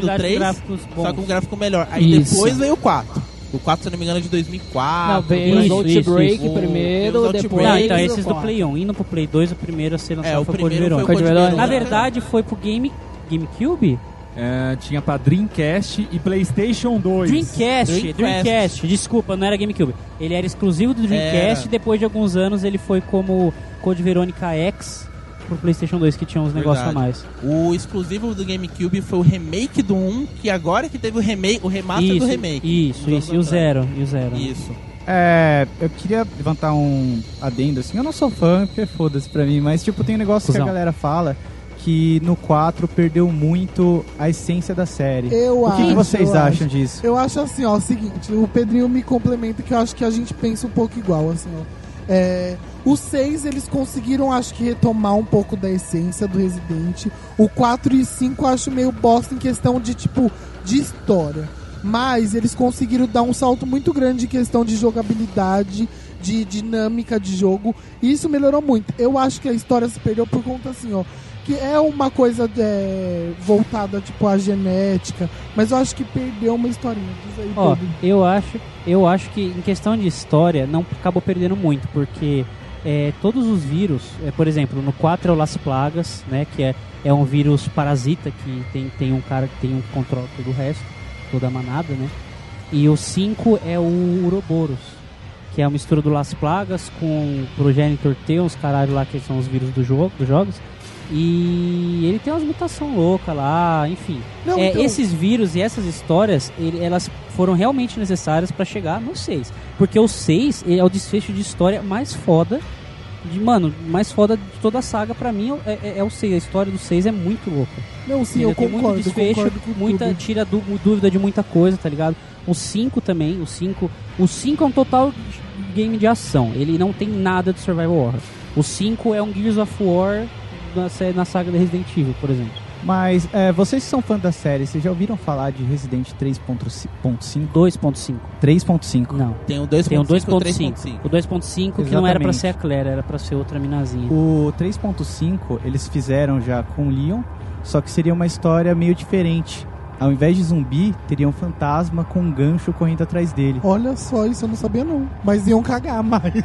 jogabilidade com do 3, gráficos só bons. com um gráfico melhor. Aí Isso. depois veio o 4. O 4, se eu não me engano, é de 2004. não, por aí. veio o Ah, isso, isso, Outbreak isso. primeiro, Tem os depois. Não, Outbreak, então Eles esses do Play 1. Indo pro Play 2, o primeiro a ser lançado um. É, o foi o Code primeiro foi Verônica. o Code Code Verônica. Na Verônica. verdade, foi pro Game... GameCube? É, tinha pra Dreamcast e PlayStation 2. Dreamcast, Dreamcast, Dreamcast. Desculpa, não era GameCube. Ele era exclusivo do Dreamcast Era. e depois de alguns anos ele foi como Code Verônica X pro PlayStation 2, que tinha uns negócios a Verdade. mais. O exclusivo do GameCube foi o remake do 1, que agora que teve o remake, o remaster isso, do remake. isso, Uns isso. E o anos atrás. zero, e o zero. né? Isso. É, eu queria levantar um adendo, assim, eu não sou fã, porque foda-se pra mim, mas tipo, tem um negócio Cusão. que a galera fala que no 4 perdeu muito a essência da série. Eu o que, que acho, vocês eu acho. acham disso? Eu acho assim, ó, o seguinte, o Pedrinho me complementa que eu acho que a gente pensa um pouco igual, assim, ó. É, o 6 eles conseguiram, acho que, retomar um pouco da essência do Resident. O 4 e 5 eu acho meio bosta em questão de, tipo, de história. Mas eles conseguiram dar um salto muito grande em questão de jogabilidade, de dinâmica de jogo. E isso melhorou muito. Eu acho que a história se perdeu por conta, assim, ó. Que é uma coisa é, voltada, tipo, à genética. Mas eu acho que perdeu uma historinha. Diz aí, Ó, Pedro. eu acho, eu acho que em questão de história não acabou perdendo muito, porque é, todos os vírus, é, por exemplo, no 4 é o Las Plagas, né, que é, é um vírus parasita que tem, tem um cara que tem um controle todo o resto, toda a manada, né? E o 5 é o Uroboros, que é uma mistura do Las Plagas com o Progenitor T, uns caralho lá que são os vírus do jogo, dos jogos. E ele tem umas mutações loucas lá, enfim. Não, É, então- Esses vírus e essas histórias, ele- elas foram realmente necessárias pra chegar no 6. Porque o 6 ele é o desfecho de história mais foda de, mano, mais foda de toda a saga, pra mim, é, é- é o 6. A história do 6 é muito louca. Não, sim, Ainda eu tem concordo, muito desfecho, concordo com muita, tudo. Tira du- dúvida de muita coisa, tá ligado? O 5 também, o 5... O 5 é um total de- game de ação. Ele não tem nada de survival horror. O 5 é um Gears of War na, sé- na saga da Resident Evil, por exemplo. Mas é, vocês que são fãs da série, vocês já ouviram falar de Resident 3.5? 2.5. 3.5. Não. Tem o Tem o 2.5 2.5. e o O 2.5 que não era pra Exatamente. ser a Claire, era pra ser outra minazinha. O 3.5 eles fizeram já com o Leon, só que seria uma história meio diferente. Ao invés de zumbi, teria um fantasma com um gancho correndo atrás dele. Olha só, isso eu não sabia não. Mas iam cagar mais.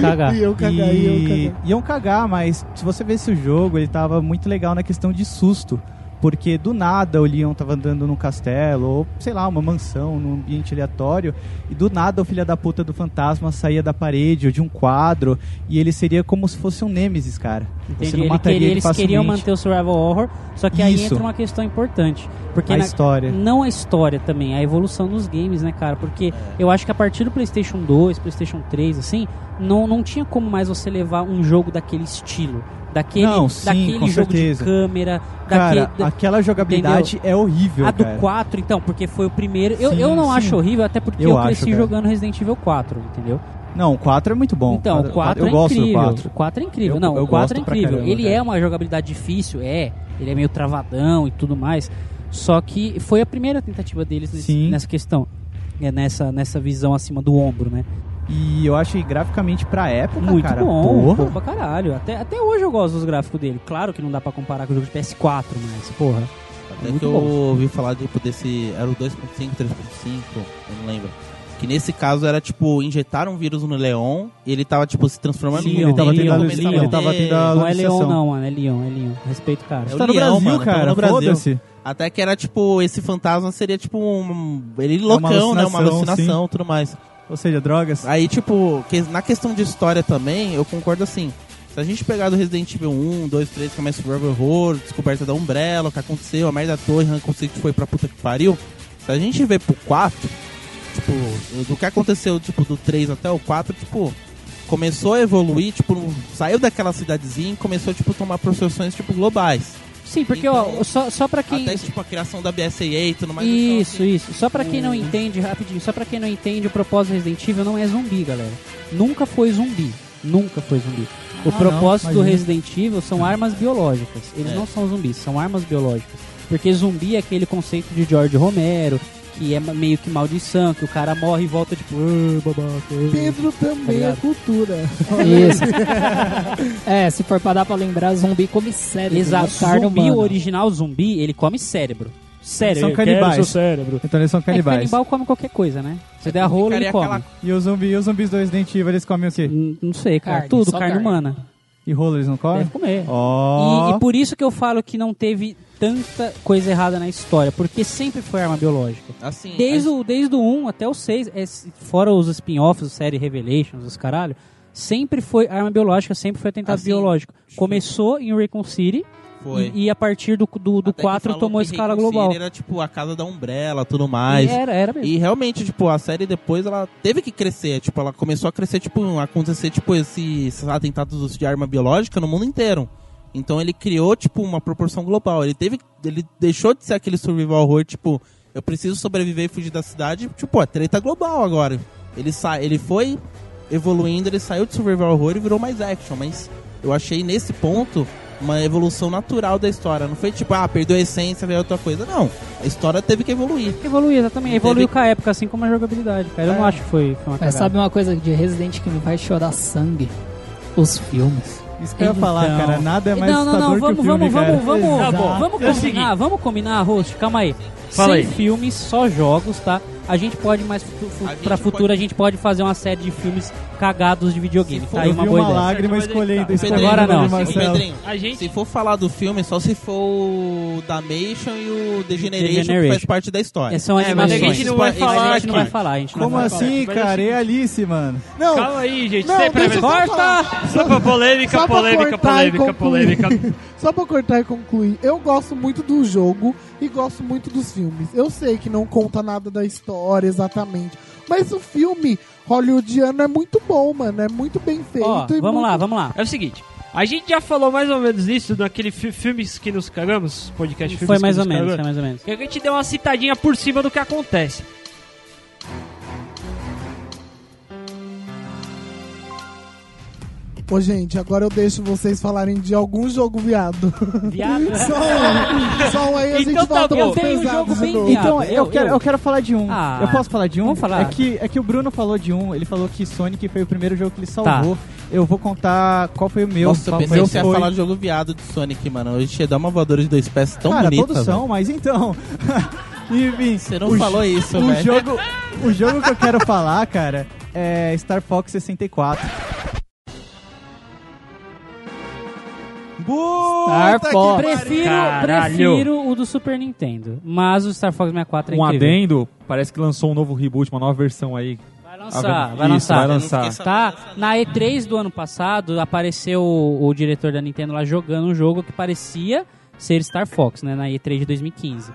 Cagar. iam cagar, iam e cagar. iam cagar, mas se você visse o jogo, ele tava muito legal na questão de susto. Porque do nada o Leon tava andando num castelo, ou sei lá, uma mansão, num ambiente aleatório, e do nada o filho da puta do fantasma saía da parede ou de um quadro, e ele seria como se fosse um Nemesis, cara. Você Entendi. não Ele mataria queria- ele eles queriam facilmente. manter o survival horror, só que aí Isso. entra uma questão importante. Porque a na- história. não a história também, a evolução dos games, né, cara? Porque É. eu acho que a partir do PlayStation 2, PlayStation 3, assim, não, não tinha como mais você levar um jogo daquele estilo. Daquele, Não, sim, daquele com jogo de certeza. câmera, Cara, daquele, da- aquela jogabilidade é horrível, a do cara. 4, então, porque foi o primeiro. eu, Sim, eu não sim. acho horrível, até porque Eu eu, acho, cresci cara. jogando Resident Evil 4, entendeu? Não, o 4 é muito bom. Então, o 4 eu é gosto incrível. do 4. O 4 é incrível. Eu- não, eu o 4 é gosto pra incrível. caramba, ele cara. é uma jogabilidade difícil, é. Ele é meio travadão e tudo mais. Só que foi a primeira tentativa deles nesse- Sim. nessa questão. É nessa, nessa visão acima do ombro, né? E eu acho que graficamente pra época, Muito cara. bom, porra. bom pra caralho. Até, até hoje eu gosto dos gráficos dele. Claro que não dá pra comparar com o jogo de PS4, mas, porra. Até Muito que eu bom. ouvi falar, tipo, desse. Era o 2.5, 3.5, eu não lembro. Que nesse caso era tipo, injetaram um vírus no Leon e ele tava, tipo, se transformando Leon, em Ele tava tendo a- começava ele ter- tava tendo a- Não é Leon, Alucinação. não, mano. É Leon, é Leon. Respeito, o cara. É o Tá no Leão, Brasil, mano, tá cara. no Brasil. Foda-se. Até que era tipo, esse fantasma seria tipo um. É Ele uma loucão, né? Uma alucinação, alucinação e tudo mais. Ou seja, drogas. Aí, tipo, que- na questão de história também, eu concordo assim. Se a gente pegar do Resident Evil 1, 2, 3, que é mais Survival Horror, descoberta da Umbrella, o que aconteceu, a merda da torre, Rancor City que foi pra puta que pariu. Se a gente ver pro 4, tipo, do que aconteceu, tipo, do 3 até o 4, tipo, começou a evoluir, tipo, saiu daquela cidadezinha e começou, tipo, a tomar proporções, tipo, globais. Sim, porque, Então, ó, só, só pra quem. Até, tipo, a criação da BSA e tudo mais. então, Isso, isso. Só pra Hum. quem não entende, rapidinho, só pra quem não entende, o propósito do Resident Evil não é zumbi, galera. Nunca foi zumbi. Nunca foi zumbi. O propósito do Ah, imagina. Resident Evil são armas biológicas. Eles É. não são zumbis, são armas biológicas. Porque zumbi é aquele conceito de George Romero, que é ma- meio que maldição, que o cara morre e volta tipo, "Ah, babaca. ah". Pedro também é ligado? cultura. Isso. é, se for pra dar pra lembrar, zumbi come cérebro. Exato. matar Zumbi, humano. o original zumbi, ele come cérebro. Cérebro. São eu quero canibais. seu cérebro. Então eles são É que canibais. canibal come qualquer coisa, né? Você der rolo, É, Ficaria ele come. aquela- E os zumbi, e os zumbis do Resident Evil, eles comem o quê? Hum, Não sei, cara. Carne, Tudo, só carne, carne. humana. E rolo eles não comem? Deve comer. Ó. É. E, e por isso que eu falo que não teve tanta coisa errada na história, porque sempre foi arma biológica. Assim, Desde o, desde o 1 até o 6, esse- fora os spin-offs, série Revelations, os caralho, sempre foi arma biológica, sempre foi atentado Assim, biológico. Começou em Recon City foi. E, e a partir do, do, do Até que 4 falam tomou que escala Raccoon City global. É, Era tipo a casa da Umbrella, tudo mais. E era, era mesmo. E realmente, tipo, a série depois ela teve que crescer, tipo, ela começou a crescer, tipo, a acontecer, tipo, esse- esses atentados de arma biológica no mundo inteiro. Então ele criou, tipo, uma proporção global. Ele teve. Ele deixou de ser aquele survival horror, tipo, eu preciso sobreviver e fugir da cidade. Tipo, é treta global agora. Ele, sa ele foi evoluindo, ele saiu de survival horror e virou mais action, mas eu achei nesse ponto uma evolução natural da história. Não foi tipo, ah, perdeu a essência, veio outra coisa. Não. A história teve que evoluir. Evoluiu, exatamente. Teve- É. Evoluiu com a época, assim como a jogabilidade, cara. Eu não acho que foi, foi uma Mas cagada. É, sabe uma coisa de Resident que me faz chorar sangue? Os filmes. Isso que eu ia falar, Então. cara. Nada é mais não, não, assustador não, que o vamos, filme, vamos, cara. vamos, vamos, Tá bom. vamos É o combinar, seguinte. vamos combinar, host, calma aí. Sem Fala aí. filmes, só jogos, tá? A gente pode mais fu- fu- A gente pra futuro pode- a gente pode fazer uma série de filmes cagados de videogame, Se for- tá aí Eu uma vi boa uma ideia. lágrima Certo, mas aí escolhendo tá. isso Pedrinho, agora não. Ô, né, Marcelo. Pedrinho, A gente. se for falar do filme, só se for o Damation e o Degeneration, que Degeneration. faz parte da história. É, são É, mas a gente animações. não vai Mas A falar. gente não vai falar, a gente não Como vai falar. assim, Mas cara? assim- E a Alice, mano? Não, Calma aí, gente. Não, sempre é deixa eu só vai- falar. Só pra polêmica, Só pra polêmica, cortar e polêmica, concluir. polêmica. Só pra cortar e concluir, eu gosto muito do jogo e gosto muito dos filmes. Eu sei que não conta nada da história exatamente, mas o filme, hollywoodiano é muito bom, mano. É muito bem feito. Ó, e vamos muito- lá, vamos lá. É o seguinte, a gente já falou mais ou menos isso naquele fi filmes que nos cagamos, podcast filmes Foi que mais ou nos menos, foi mais cagamos. ou menos. E a gente deu uma citadinha por cima do que acontece. Ô, gente, agora eu deixo vocês falarem de algum jogo viado. Viado. só um. Só um aí a gente Então tá volta bom. pros Eu tenho um pesados jogo de bem novo. viado. Então, Eu- eu, quero, eu- eu... quero falar de um. Ah, eu posso falar de um? vamos falar. É que, é que o Bruno falou de um, ele falou que Sonic foi o primeiro jogo que Tá. ele salvou. Eu vou contar qual foi o meu. Nossa, eu qual pensei foi- que você ia foi- falar de jogo viado de Sonic, mano. Hoje ia dar uma voadora de dois pés tão Cara, bonita. todos velho. são, mas então. Enfim, Você não o falou jo- isso, o velho. jogo, o jogo que eu quero falar, cara, é Star Fox 64. Star Puta que Fox. Prefiro, Caralho. prefiro o do Super Nintendo, mas o Star Fox 64 é Um incrível. adendo, parece que lançou um novo reboot, uma nova versão aí. Vai lançar, vai Isso, lançar. vai Eu não lançar. fiquei sabendo Tá? dessa- Na E3 do ano passado, apareceu o, o diretor da Nintendo lá jogando um jogo que parecia ser Star Fox, né? Na E3 de 2015.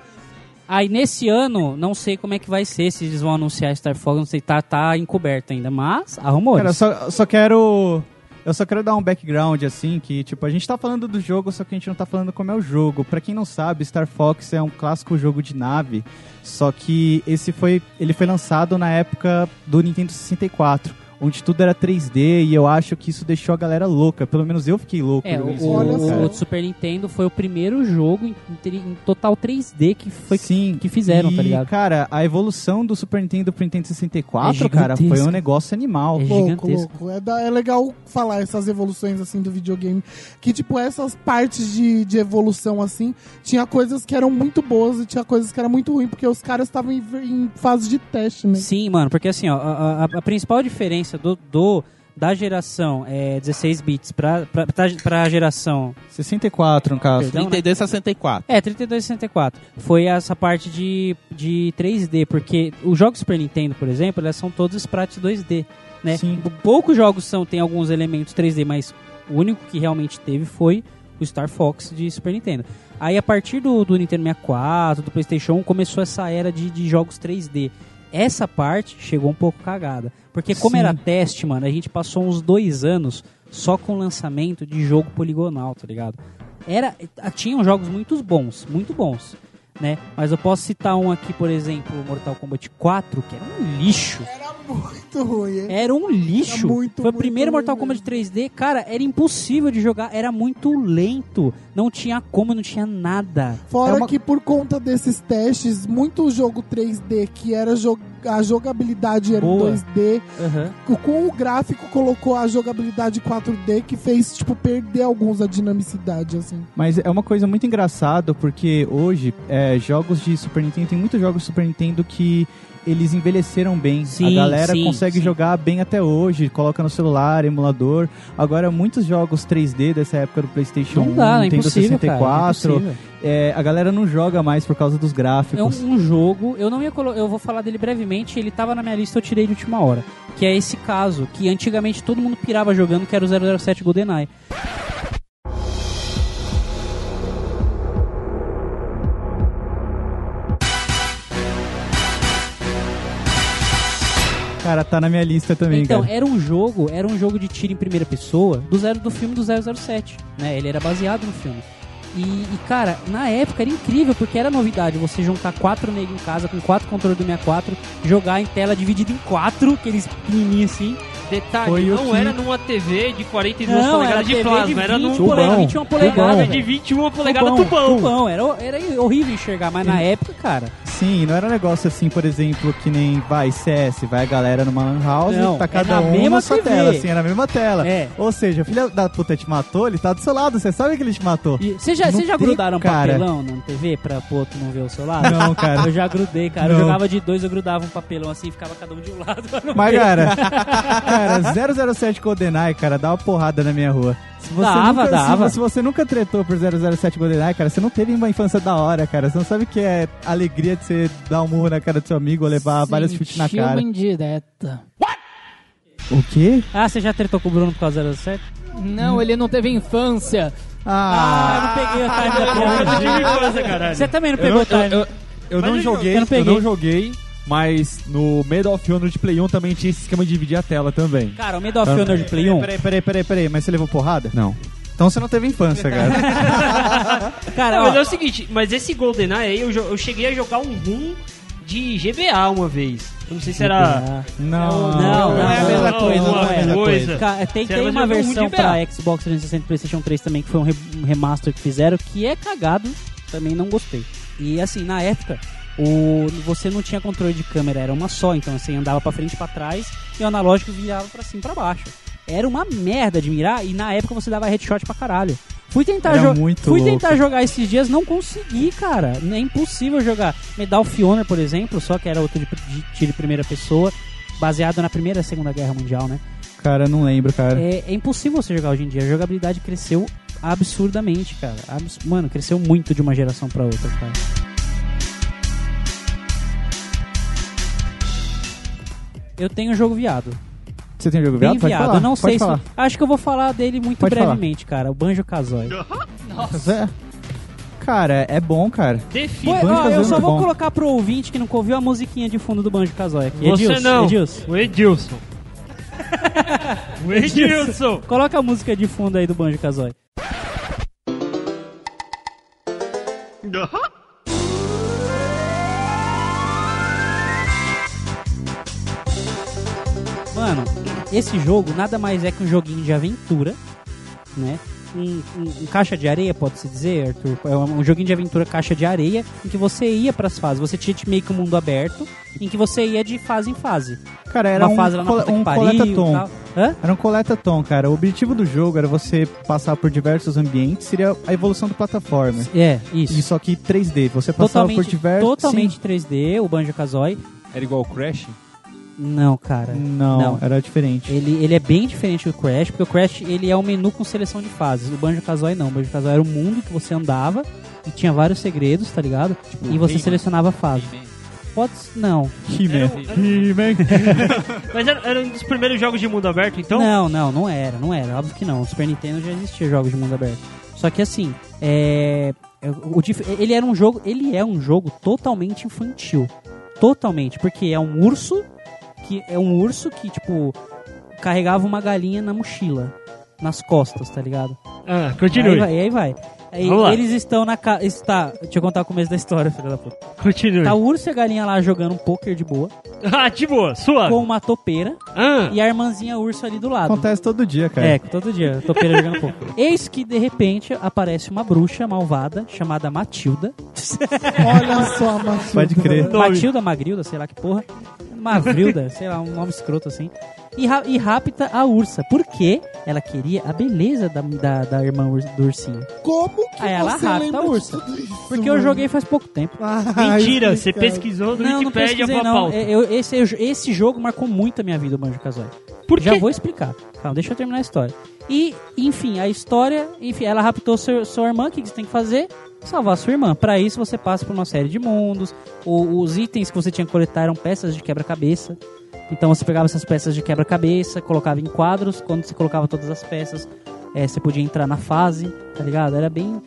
Aí nesse ano, não sei como é que vai ser, se eles vão anunciar Star Fox, não sei, tá, tá encoberto ainda, mas há rumores. Cara, eu só, só quero. Eu só quero dar um background, assim, que, tipo, a gente tá falando do jogo, só que a gente não tá falando como é o jogo. Pra quem não sabe, Star Fox é um clássico jogo de nave, só que esse foi. Ele foi lançado na época do Nintendo 64, onde tudo era 3D, e eu acho que isso deixou a galera louca. Pelo menos eu fiquei louco. É, o, Isso, o- Olha só. o do Super Nintendo foi o primeiro jogo em, em tri- em total 3D que foi Sim. que fizeram, e, tá ligado? Cara, a evolução do Super Nintendo pro Nintendo É 64, gigantesca. cara, foi um negócio animal. É Louco, gigantesco. louco. É, da- é legal falar essas evoluções assim do videogame. Que, tipo, essas partes de, de evolução assim, tinha coisas que eram muito boas e tinha coisas que eram muito ruins, porque os caras estavam em, em fase de teste, né? Sim, mano, porque assim, ó, a, a- a principal diferença do, do- da geração é, 16 bits pra, pra, pra, pra geração 64, no caso. Perdão, né? 32 64. É, 3264. Foi essa parte de, de 3D, porque os jogos Super Nintendo, por exemplo, elas são todos sprites 2D, né? Sim. Poucos jogos são tem alguns elementos 3D, mas o único que realmente teve foi o Star Fox de Super Nintendo. Aí a partir do, do Nintendo 64, do PlayStation 1, começou essa era de, de jogos 3D. Essa parte chegou um pouco cagada. Porque como Sim. era teste, mano, a gente passou uns dois anos só com lançamento de jogo poligonal, tá ligado? era tinham jogos muito bons, muito bons, né? Mas eu posso citar um aqui, por exemplo, Mortal Kombat 4, que era um lixo. Era muito ruim, hein? Era um lixo. muito, Foi o muito primeiro ruim Mortal Kombat 3D, cara, era impossível de jogar, era muito lento, não tinha como, não tinha nada. Fora É uma- que por conta desses testes, muito jogo 3D que era jo- a jogabilidade era em Boa. 2D, o- com o gráfico colocou a jogabilidade 4D que fez tipo perder alguns a dinamicidade assim. Mas é uma coisa muito engraçada, porque hoje, é, jogos de Super Nintendo, tem muitos jogos de Super Nintendo que eles envelheceram bem. Sim, a galera sim, consegue sim. jogar bem até hoje, coloca no celular, emulador. Agora, muitos jogos 3D dessa época do PlayStation Não dá, 1, é Nintendo impossível, cara, é 64, impossível. é, a galera não joga mais por causa dos É um, gráficos. um jogo, eu não ia colo- eu vou falar dele brevemente, ele tava na minha lista, eu tirei de última hora, que é esse caso, que antigamente todo mundo pirava jogando, que era o 007 GoldenEye. Cara, tá na minha lista também, Então, cara. era um jogo, era um jogo de tiro em primeira pessoa do zero do filme do 007, né? Ele era baseado no filme. E, e, cara, na época era incrível, porque era novidade você juntar quatro negros em casa com quatro controles do 64, jogar em tela dividida em quatro, aqueles pequenininhos assim. Detalhe, Foi o não que- era numa TV de 42 polegadas de TV plasma, era 20 num Tubão. polegadas, 21 polegadas. polegada velho. de 21 polegada Tubão, tubão. tubão, Era, era horrível enxergar, mas na época, cara. Sim, não era um negócio assim, por exemplo, que nem vai CS, vai a galera numa lan house, Não, tá cada é na um mesma na sua TV. tela, assim, é na mesma tela. É. Ou seja, o filho da puta te matou, ele tá do seu lado, você sabe que ele te matou. E Vocês já, Não vocês já tem, grudaram cara. papelão na TV pra pro outro não ver o seu lado? Não, cara. Eu já grudei, cara. Eu Não. jogava de dois, eu grudava um papelão assim e ficava cada um de um lado. pra não Mas, ver. cara, cara, 007 GoldenEye, cara, dá uma porrada na minha rua. Se você Dava, nunca, se dava. vo- Se, você nunca tretou por 007 GoldenEye, cara, você não teve uma infância da hora, cara. Você não sabe o que é a alegria de você dar um murro na cara do seu amigo ou levar vários chutes na Sentiu cara. uma indireta. O quê? Ah, você já tretou com o Bruno por causa do 07? Não, ele não teve infância. Ah, eu não peguei o time Eu não tive infância, caralho. Você também não pegou o time. eu Mas não eu joguei, eu não eu peguei. não joguei, Mas no Medal of Honor de Play 1 também tinha esse esquema de dividir a tela também. Cara, o Medal of Honor de Play 1. Peraí, peraí, peraí, peraí, mas você levou porrada? Não. Então você não teve infância, cara. Cara, Não, mas é ó, o seguinte, mas esse GoldenEye aí, eu, jo- eu cheguei a jogar um rum de GBA uma vez. Eu não sei se Ah. era... Não, Não, Não é a mesma coisa, não é a mesma coisa. ca- tem, Você tem era uma jogo ruim de versão GBA. pra Xbox 360 e PlayStation 3 também, que foi um, re- um remaster que fizeram, que é cagado, também não gostei. E assim, na época, o, você não tinha controle de câmera, era uma só, então assim, andava pra frente e pra trás e o analógico virava pra cima e pra baixo. Era uma merda de mirar e na época você dava headshot pra caralho. Fui tentar, Era jo- muito Tá, fui louco. tentar jogar esses dias, não consegui, cara. É impossível jogar. Medal of Honor, por exemplo, só que era outro de, de tiro em primeira pessoa, baseado na Primeira e Segunda Guerra Mundial, né? Cara, não lembro, cara. É, é impossível você jogar hoje em dia. A jogabilidade cresceu absurdamente, cara. Abs- Mano, cresceu muito de uma geração pra outra, cara. Eu tenho um jogo viado. Você tem jogo Bem viado? Pode viado. falar, Eu não pode sei falar. se. Acho que eu vou falar dele muito Pode falar. brevemente, cara. O Banjo Kazooie. Zé. é. Cara, é bom, cara. Foi- Defina. Banjo ó, eu Kazooie é só muito vou bom. colocar pro ouvinte que nunca ouviu a musiquinha de fundo do Banjo Kazooie aqui. É Você Edilson, não. Edilson, O Edilson. o Edilson. coloca a música de fundo aí do Banjo Kazooie. Mano, esse jogo nada mais é que um joguinho de aventura, né? Um, um- um caixa de areia, pode-se dizer, Arthur? É um, um joguinho de aventura caixa de areia em que você ia pras fases. Você tinha meio que um mundo aberto em que você ia de fase em fase. Cara, era Uma um, fase lá na cole- puta que um pariu e coleta-tom. tal. Hã? Era um coleta-tom, cara. O objetivo do jogo era você passar por diversos ambientes, seria a evolução do plataforma. É, isso. E só que 3D, você passava Totalmente, por diversos... totalmente 3D, o Banjo Kazooie. Era igual o Crash? Não, cara. Sim. Não, Não. era diferente. Ele, ele é bem diferente do Crash, porque o Crash ele é um menu com seleção de fases. O Banjo Kazooie não. O Banjo Kazooie era um mundo que você andava e tinha vários segredos, tá ligado? e você selecionava a fase. Pode. Não. He-Man. He-Man. Mas era, era um dos primeiros jogos de mundo aberto, então? Não, não, não era, não era. Óbvio que não. O Super Nintendo já existia jogos de mundo aberto. Só que assim, é. é, o dif- ele era um jogo. Ele é um jogo totalmente infantil. Totalmente. Porque é um urso que. É um urso que, tipo, carregava uma galinha na mochila. Nas costas, tá ligado? Ah, Aí continue. vai, aí vai. Aí Vamos lá. eles estão na casa. Está. Deixa eu contar o começo da história, filha da puta. Continue. Tá o urso e a galinha lá jogando um poker de boa, Ah, de boa, sua. com uma topeira Ah, e a irmãzinha urso ali do lado. Acontece todo dia, cara. É, todo dia, topeira jogando pouco. Eis que, de repente, aparece uma bruxa malvada chamada Matilda. Olha só, Matilda. Pode crer. Nome. Matilda Magrilda, sei lá que porra. Mavrilda, sei lá, um nome escroto assim. E, ra- e rapta a ursa, porque ela queria a beleza da, da, da irmã ur- do ursinho. Como que Aí Ah, ela você rapta lembra a de ursa. tudo isso, Porque eu mano? joguei faz pouco tempo. Ah, mentira, você explicado. pesquisou no Não, não Wikipedia pesquisei pra não. é É, pauta. Eu- eu- esse, eu- esse jogo marcou muito a minha vida, o Banjo Kazooie. Por Já quê? vou explicar. Calma, deixa eu terminar a história. E, enfim, a história... Enfim, ela raptou seu, sua irmã. O que que você tem que fazer? Salvar sua irmã. Pra isso, você passa por uma série de mundos. O- os itens que você tinha que coletar eram peças de quebra-cabeça. Então, você pegava essas peças de quebra-cabeça, colocava em quadros. Quando você colocava todas as peças, eh, você podia entrar na fase, tá ligado? Era bem...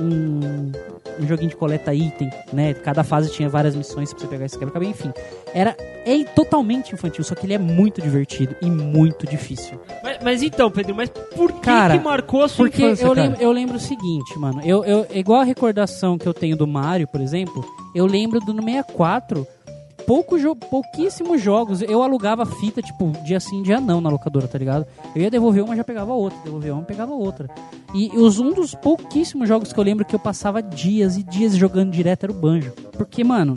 um- um joguinho de coleta item, né? Cada fase tinha várias missões pra você pegar esse quebra-cabeça, enfim. Era é totalmente infantil, só que ele é muito divertido e muito difícil. Mas, mas então, Pedro, mas por que Cara, que marcou a sua assim, Porque infância, eu, cara? lembro, eu lembro o seguinte, mano. Eu, eu, igual a recordação que eu tenho do Mario, por exemplo, eu lembro do no 64. Pouco jo pouquíssimos jogos. Eu alugava fita, tipo, dia sim, dia não na locadora, tá ligado? Eu ia devolver uma, já pegava outra. Devolver uma, pegava outra. E os, um dos pouquíssimos jogos que eu lembro que eu passava dias e dias jogando direto era o Banjo. Porque, mano,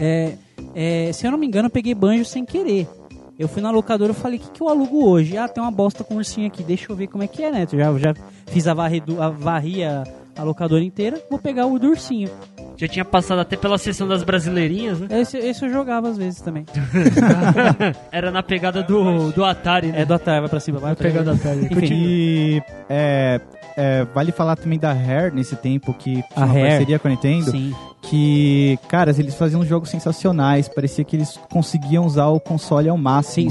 é, é, se eu não me engano, eu peguei Banjo sem querer. Eu fui na locadora e falei, o que, que eu alugo hoje? Ah, tem uma bosta com ursinho aqui, deixa eu ver como é que é, né? Eu já, já fiz a, varredu, a varria a locadora inteira, vou pegar o do ursinho. Já tinha passado até pela sessão das brasileirinhas, né? Esse, esse eu jogava às vezes também. Era na pegada do, do Atari, né? É do Atari, vai pra cima, vai pra cima. Atari. Enfim, E é, é, vale falar também da Rare nesse tempo que tinha A uma Rare. parceria com a Nintendo. sim. Que, cara, eles faziam jogos sensacionais. Parecia que eles conseguiam usar o console ao máximo.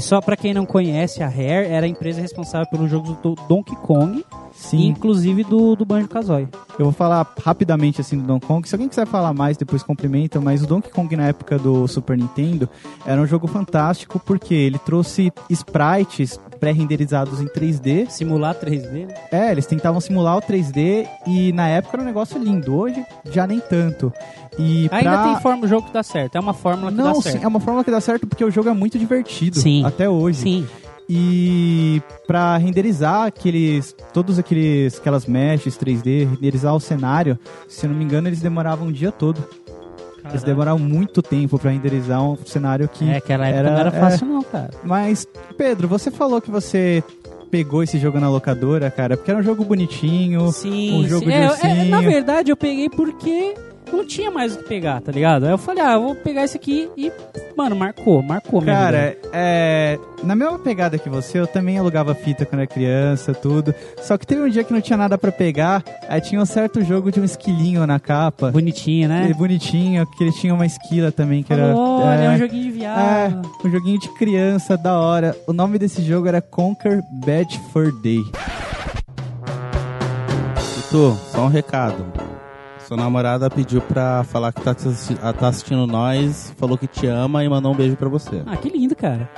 Sim, só pra quem não conhece, a Rare era a empresa responsável pelos jogos do Donkey Kong Sim. inclusive do, do Banjo-Kazooie. Eu vou falar rapidamente assim do Donkey Kong. Se alguém quiser falar mais, depois complementa. Mas o Donkey Kong na época do Super Nintendo era um jogo fantástico porque ele trouxe sprites pré-renderizados em 3D. Simular 3D, né? É, eles tentavam simular o 3D e na época era um negócio lindo. Hoje já nem tanto. E Ainda pra- tem forma do jogo que dá certo. É uma fórmula que não, dá sim, certo. é uma fórmula que dá certo porque o jogo é muito divertido Sim. até hoje. Sim. E pra renderizar aqueles todos aqueles aquelas meshes 3D, renderizar o cenário, se eu não me engano, eles demoravam um dia todo. Eles demoravam muito tempo pra renderizar um cenário que É, aquela época não era é. fácil não, cara. Mas Pedro, você falou que você pegou esse jogo na locadora, cara, porque era um jogo bonitinho. Sim, um jogo sim. de É, eu- é, ursinho. na verdade, eu peguei porque não tinha mais o que pegar, tá ligado? Aí eu falei, ah, eu vou pegar esse aqui e, mano, marcou, marcou mesmo. Cara, é, na mesma pegada que você, eu também alugava fita quando era criança, tudo. Só que teve um dia que não tinha nada pra pegar, aí tinha um certo jogo de um esquilinho na capa. Bonitinho, né? Ele bonitinho, que ele tinha uma esquila também, que era. Falou, olha, é um joguinho de é, viagem. um joguinho de criança, da hora. O nome desse jogo era Conquer Bad for Day. Pitu, só um recado. Sua namorada pediu pra falar que tá, te assisti- ah, tá assistindo nós, falou que te ama e mandou um beijo pra você. Ah, que lindo, cara.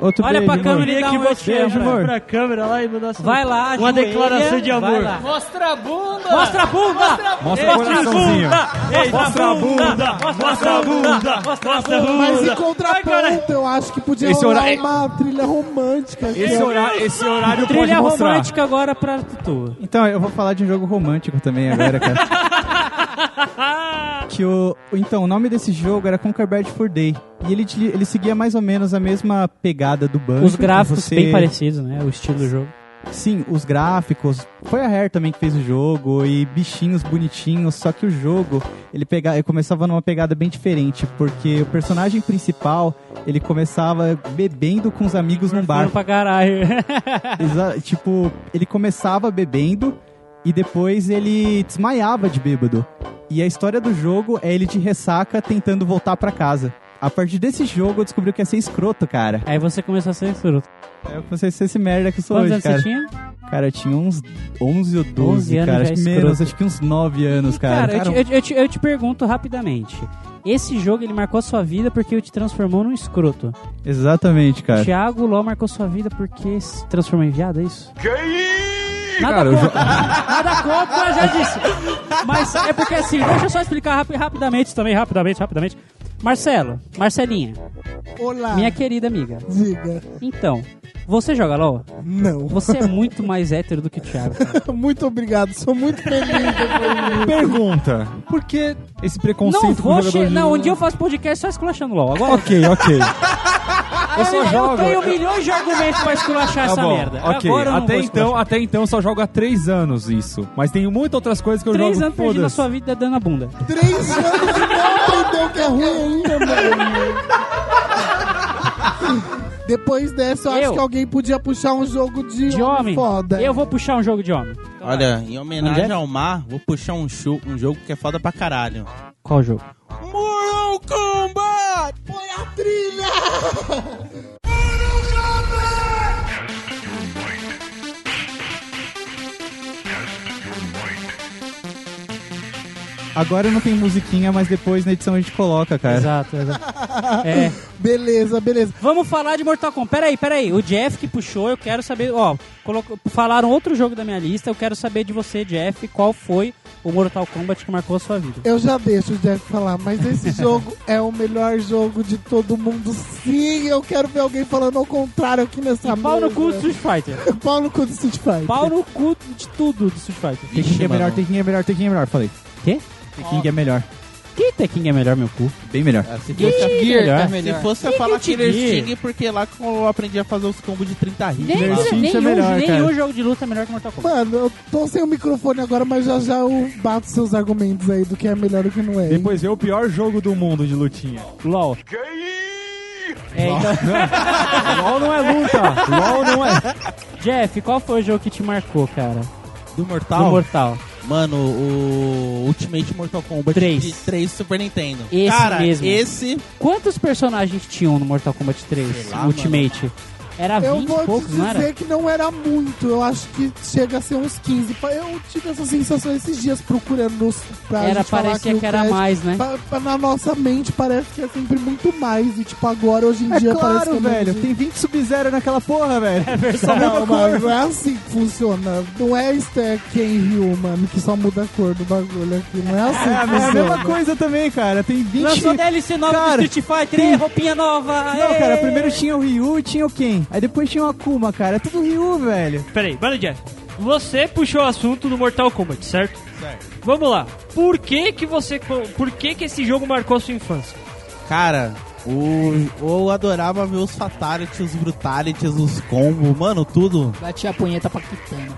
Outro Olha beijo, pra amor. câmera e dá que um você beijo, amor. pra câmera lá e mandar essa- Vai lá, Uma ajoelha, declaração de vai amor. lá. Mostra a bunda! Mostra a bunda! Mostra o coraçãozinho. Ei, tá mostra a bunda, mostra a bunda, mostra a bunda. Mas Vai, em cara. contraponto, eu acho que podia Esse rolar horário- uma trilha romântica. aqui, Esse, é ó. hora- esse horário pode Trilha mostrar. romântica agora pra tu. Então, eu vou falar de um jogo romântico também agora, cara. que o, então, o nome desse jogo era Conquer Bad for Day. E ele, te- ele seguia mais ou menos a mesma pegada do Banjo. Os gráficos Você- bem parecidos, né? O estilo do jogo. Sim, os gráficos. Foi a Rare também que fez o jogo e bichinhos bonitinhos, só que o jogo, ele pega, ele começava numa pegada bem diferente, porque o personagem principal, ele começava bebendo com os amigos num bar. Mano pra caralho. Exa- tipo, ele começava bebendo e depois ele desmaiava de bêbado. E a história do jogo é ele de ressaca tentando voltar pra casa. A partir desse jogo eu descobri o que é ser escroto, cara. Aí você começou a ser escroto. Aí eu comecei a ser esse merda que eu sou Quantos hoje, anos cara. você tinha? Cara, eu tinha uns 11 ou 12, 11 anos cara. já Acho que é menos, escroto. acho que uns 9 anos, cara. Cara, eu te, eu te- eu te- eu te pergunto rapidamente. Esse jogo, ele marcou a sua vida porque ele te transformou num escroto. Exatamente, É. cara. Thiago Ló marcou sua vida porque se transformou em viado, é isso? Nada Cara, eu contra, nada contra, eu já disse. Mas é porque assim, deixa eu só explicar rapi- rapidamente também, rapidamente, rapidamente. Marcelo, Marcelinha, Olá, minha querida amiga. diga. Então, você joga LOL? Não. Você é muito mais hétero do que o Thiago. cara. Muito obrigado, sou muito feliz. depois disso. Pergunta. Por que esse preconceito Não com vou o jogador che... de- Não, um dia eu faço podcast só esculachando LOL. Agora Ok, ok. eu só Ah, eu jogo. tenho milhões de argumentos pra esculachar Tá essa bom, merda. ok. Agora eu não até, vou então, esculachar. até então eu só jogo há três anos isso. Mas tem muitas outras coisas que eu Três jogo. anos perdidos na foda-se. sua vida dando a bunda. Três anos e não aprendeu que é ruim ainda, mano. Depois dessa, eu, Eu? acho que alguém podia puxar um jogo de, De homem, foda. eu vou puxar um jogo de homem. Olha, em homenagem Onde é? ao mar, vou puxar um, chu- um jogo que é foda pra caralho. Qual jogo? Mortal Kombat! Foi a trilha! Agora não tem musiquinha, mas depois na edição a gente coloca, cara. Exato, exato. É. Beleza, beleza. Vamos falar de Mortal Kombat. Peraí, peraí. O Jeff que puxou, eu quero saber. Ó, colocou, falaram outro jogo da minha lista. Eu quero saber de você, Jeff, qual foi o Mortal Kombat que marcou a sua vida. Eu já deixo o Jeff falar, mas esse jogo é o melhor jogo de todo mundo. Sim, eu quero ver alguém falando ao contrário aqui Ah, nessa Pau no mesa. cu do Street Fighter. Pau no cu do Street Fighter. Pau no cu de tudo do Street Fighter. Tekken é mano. melhor, Tekken é melhor, Tekken é melhor, falei. Quê? Tekken é melhor, Que Tekken é melhor, meu cu? bem melhor. Ah, se, Ih, fosse a, é Gear melhor. tá se melhor. fosse a falar que Killer diga. Sting, porque lá que eu aprendi a fazer os combos de 30 hits. Tá? Nem, lá. Sim, isso é nenhum, melhor, nenhum cara. jogo de luta é melhor que Mortal Kombat. Mano, eu tô sem o microfone agora, mas já já eu bato seus argumentos aí do que é melhor e o que não é. hein? Depois vê o pior jogo do mundo de lutinha. LOL. É, então, LOL não é luta. LOL não é. Jeff, qual foi o jogo que te marcou, cara? Do Mortal? Do Mortal. Mano, o Ultimate Mortal Kombat Três. de 3 Super Nintendo. Esse Cara, mesmo. esse Quantos personagens tinham no Mortal Kombat 3 lá, Ultimate? Era Eu 20 vou e poucos, te não dizer era? que não era muito. Eu acho que chega a ser uns 15. Pa- Eu tive essa sensação esses dias procurando nos, pra Era, gente falar parecia o que era Crash- tá mais, né? pa- pa- na nossa mente parece que é sempre muito mais. E tipo, agora hoje em dia parece que é menos de- Tem 20 Sub-Zero naquela porra, velho. É verdade. Não, mas não é assim que funciona. Não é este é Ken Hill, mano, que só muda a cor do bagulho aqui. Não é assim que É a funciona. mesma coisa também, cara. Tem 20... Lançou DLC nova Cara, do Street Fighter, hein? roupinha nova! Não, aê! cara, primeiro tinha o Ryu e tinha o Ken. Aí depois tinha o Akuma, cara. É tudo Ryu, velho. É. Peraí, mano, Jeff. Você puxou o assunto do Mortal Kombat, certo? Certo. Vamos lá. Por que que você... co- Por que que esse jogo marcou sua infância? Cara, o, eu adorava ver os fatalities, os brutalities, os combos, mano, tudo. Bati a punheta pra Kitana.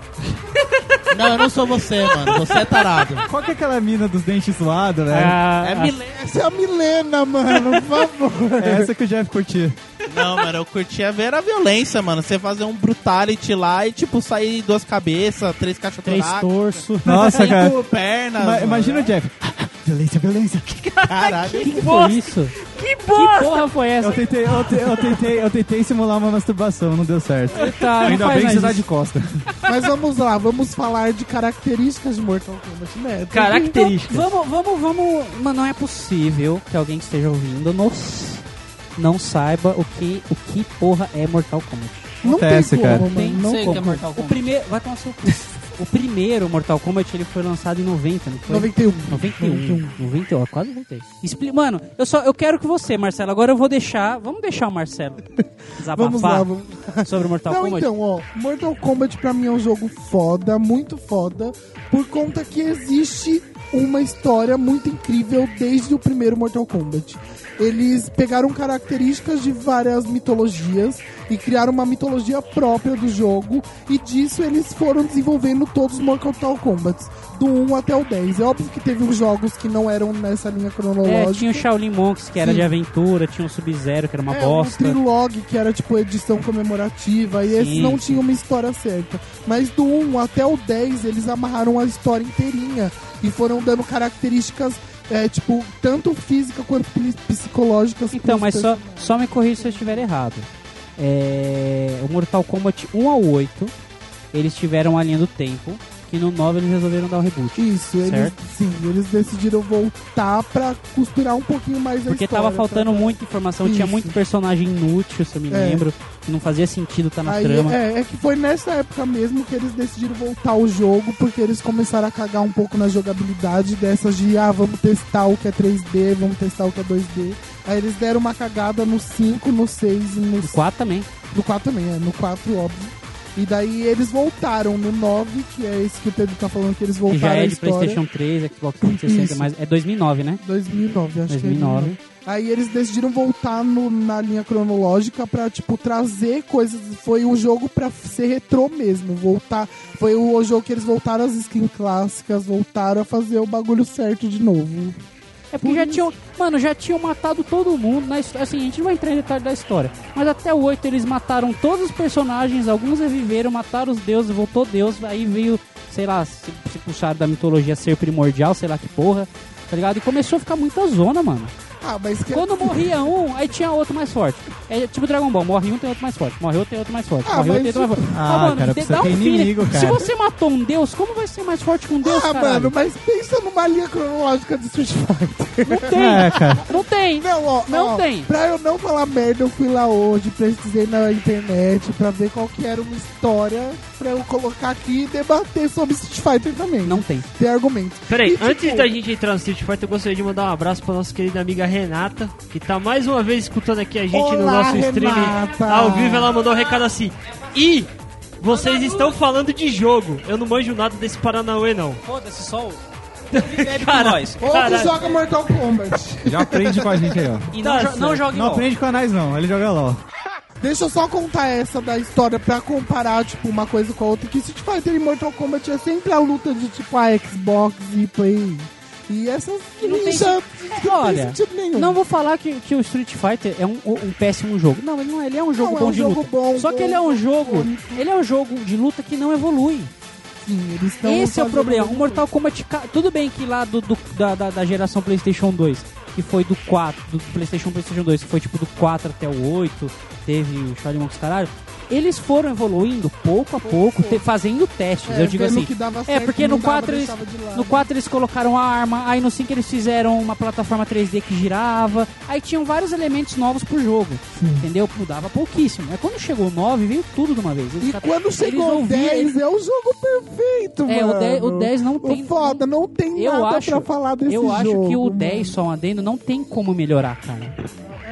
Não, eu não sou você, mano. Você é tarado. Qual que é aquela mina dos dentes zoados, velho? Ah. É Milena. Essa é a Milena, mano, por favor. É essa que o Jeff curtia. Não, mano, eu curtia ver a violência, mano. Você fazer um brutality lá e, tipo, sair duas cabeças, três Três cachorros, torso. Nossa, cara. cinco pernas. Ima- mano. imagina o Jeff. Violência, violência. Caralho. é que foi isso? Que Que bosta! porra foi Eu essa? tentei, eu, te- eu tentei, eu tentei simular uma masturbação, não deu certo. Tá, não Ainda faz bem que mais você tá isso. de costa. Mas vamos lá, vamos falar de características de Mortal Kombat, né? Tem que- Então, vamos, vamos, vamos. Mas não é possível que alguém que esteja ouvindo nos não saiba o que, o que porra é Mortal Kombat. Não Acontece, tem como, cara. mano. Tem- não sei como. que é Mortal O Kombat. primeiro. Vai tomar seu. cu. O primeiro Mortal Kombat ele foi lançado em 90, não foi? 91. 91, 90, ó, quase 90. Expli Mano, eu só eu quero que você, Marcelo, agora eu vou deixar, vamos deixar o Marcelo desabafar Vamos lá, vamos. sobre Mortal Não, Kombat. então, ó, Mortal Kombat pra mim é um jogo foda, muito foda, por conta que existe uma história muito incrível desde o primeiro Mortal Kombat. Eles pegaram características de várias mitologias e criaram uma mitologia própria do jogo, e disso eles foram desenvolvendo todos os Mortal Kombats, do 1 até o 10. É óbvio que teve uns jogos que não eram nessa linha É, cronológica. tinha o Shaolin Monks que era então, Sim. de aventura, tinha o Sub-Zero que era uma É, bosta. Um trilog que era tipo edição comemorativa e esse Sim, não sim. tinha uma história certa. Mas do 1 até o 10 eles amarraram a história inteirinha e foram dando características é, tipo tanto física quanto pli- psicológicas. Então, pros mas só, personagens. só me corrija se eu estiver errado. É, o Mortal Kombat 1 ao 8, eles tiveram a linha do tempo, que no 9 eles resolveram dar o reboot. isso, eles, Certo. sim, eles decidiram voltar pra costurar um pouquinho mais a Porque história. tava faltando tá? muita informação, tinha Isso. muito personagem inútil, se eu me É. lembro, que não fazia sentido estar na Aí, trama. é, é que foi nessa época mesmo que eles decidiram voltar o jogo, porque eles começaram a cagar um pouco na jogabilidade dessas de ah, vamos testar o que é 3D, vamos testar o que é 2D. Aí eles deram uma cagada no 5, no 6 e no O 4 também. no 4 também, é, no 4, óbvio. E daí eles voltaram no 9, que é esse que o Pedro tá falando que eles Que já voltaram à é de história. PlayStation 3, Xbox 360, Isso. mas é 2009, né? 2009, acho que é 2009. Aí eles decidiram voltar no- na linha cronológica pra, tipo, trazer coisas. Foi o jogo pra ser retrô mesmo. Voltar. Foi o, jogo que eles voltaram às skins clássicas, voltaram a fazer o bagulho certo de novo. É porque já tinham. Mano, já tinham matado todo mundo na história. Assim, a gente não vai entrar em detalhe da história. Mas até o 8 eles mataram todos os personagens, alguns reviveram, mataram os deuses, voltou Deus, aí veio, sei lá, se, se puxaram da mitologia ser primordial, sei lá que porra. Tá ligado? E começou a ficar muita zona, mano. Ah, mas que. Quando morria um, aí tinha outro mais forte. É tipo Dragon Ball, morre um, tem outro mais forte. Morre outro, tem outro mais forte. Ah, morre outro, tem mas outro mais forte. Ah, cara, precisa ter um feeling. inimigo, cara. Se você matou um deus, como vai ser mais forte que um deus, ah, caralho? mano, mas pensa numa linha cronológica de Street Fighter. Não tem, É, cara. não tem. Não, ó, Não ó, tem. Pra eu não falar merda, eu fui lá hoje, pesquisei na internet pra ver qual que era uma história pra eu colocar aqui e debater sobre Street Fighter também. Não tem. tem argumento. Peraí, E, tipo, antes da gente entrar no Street Fighter, eu gostaria de mandar um abraço pra nossa querida amiga Renata, que tá mais uma vez escutando aqui a gente no Olá, nosso Renata. stream ao vivo. Ela mandou um recado assim. E vocês estão falando de jogo. Eu não manjo nada desse Paranauê, não. Foda-se, só o. é Cara, Ou caralho. que joga Mortal Kombat. Já aprende com a gente aí, ó. E não, Tá jo- não certo. jogue Não LOL. aprende com a Nais, não. Ele joga LOL. Deixa eu só contar essa da história pra comparar, tipo, uma coisa com a outra. Que Street Fighter e Mortal Kombat é sempre a luta de, tipo, a Xbox e Play. E essas Que não tem tipo, ninja- não tem Olha, sentido nenhum. Não vou falar que, que o Street Fighter é um, um péssimo jogo. Não, ele não é. Ele é um jogo Não, é bom um de jogo luta. bom, Só que bom, ele é um jogo. bonito. Ele é um jogo de luta que não evolui. Sim, eles estão Esse é o fazendo problema. O muito. Mortal Kombat. ca- Tudo bem que lá do, do- da, da, da geração PlayStation 2, que foi do 4, do PlayStation PlayStation 2, que foi tipo do 4 até o 8, teve o Shaolin Monks caralho. Eles foram evoluindo pouco a pouco, te- fazendo testes. eu digo vendo assim. que dava é, certo, porque não no dava, 4 eles, deixava de lado. no 4 eles colocaram a arma, aí no 5 eles fizeram uma plataforma 3D que girava, aí tinham vários elementos novos pro jogo, entendeu? Mudava pouquíssimo. Aí quando chegou o 9, veio tudo de uma vez. Eles E cat- quando eles chegou o não vi- 10, eles- é o jogo perfeito, É, mano. o 10 o 10 não tem- O foda, não tem Eu nada acho- pra falar desse Eu jogo. acho que o mano. 10, só um adendo, não tem como melhorar, cara.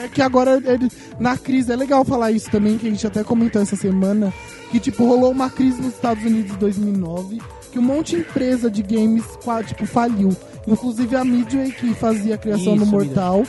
É que agora, ele- na crise, é legal falar isso também, que a gente até comentou essa semana, que, tipo, rolou uma crise nos Estados Unidos em 2009, que um monte de empresa de games, qua- tipo, faliu. Inclusive a Midway, que fazia a criação do Isso, Mortal.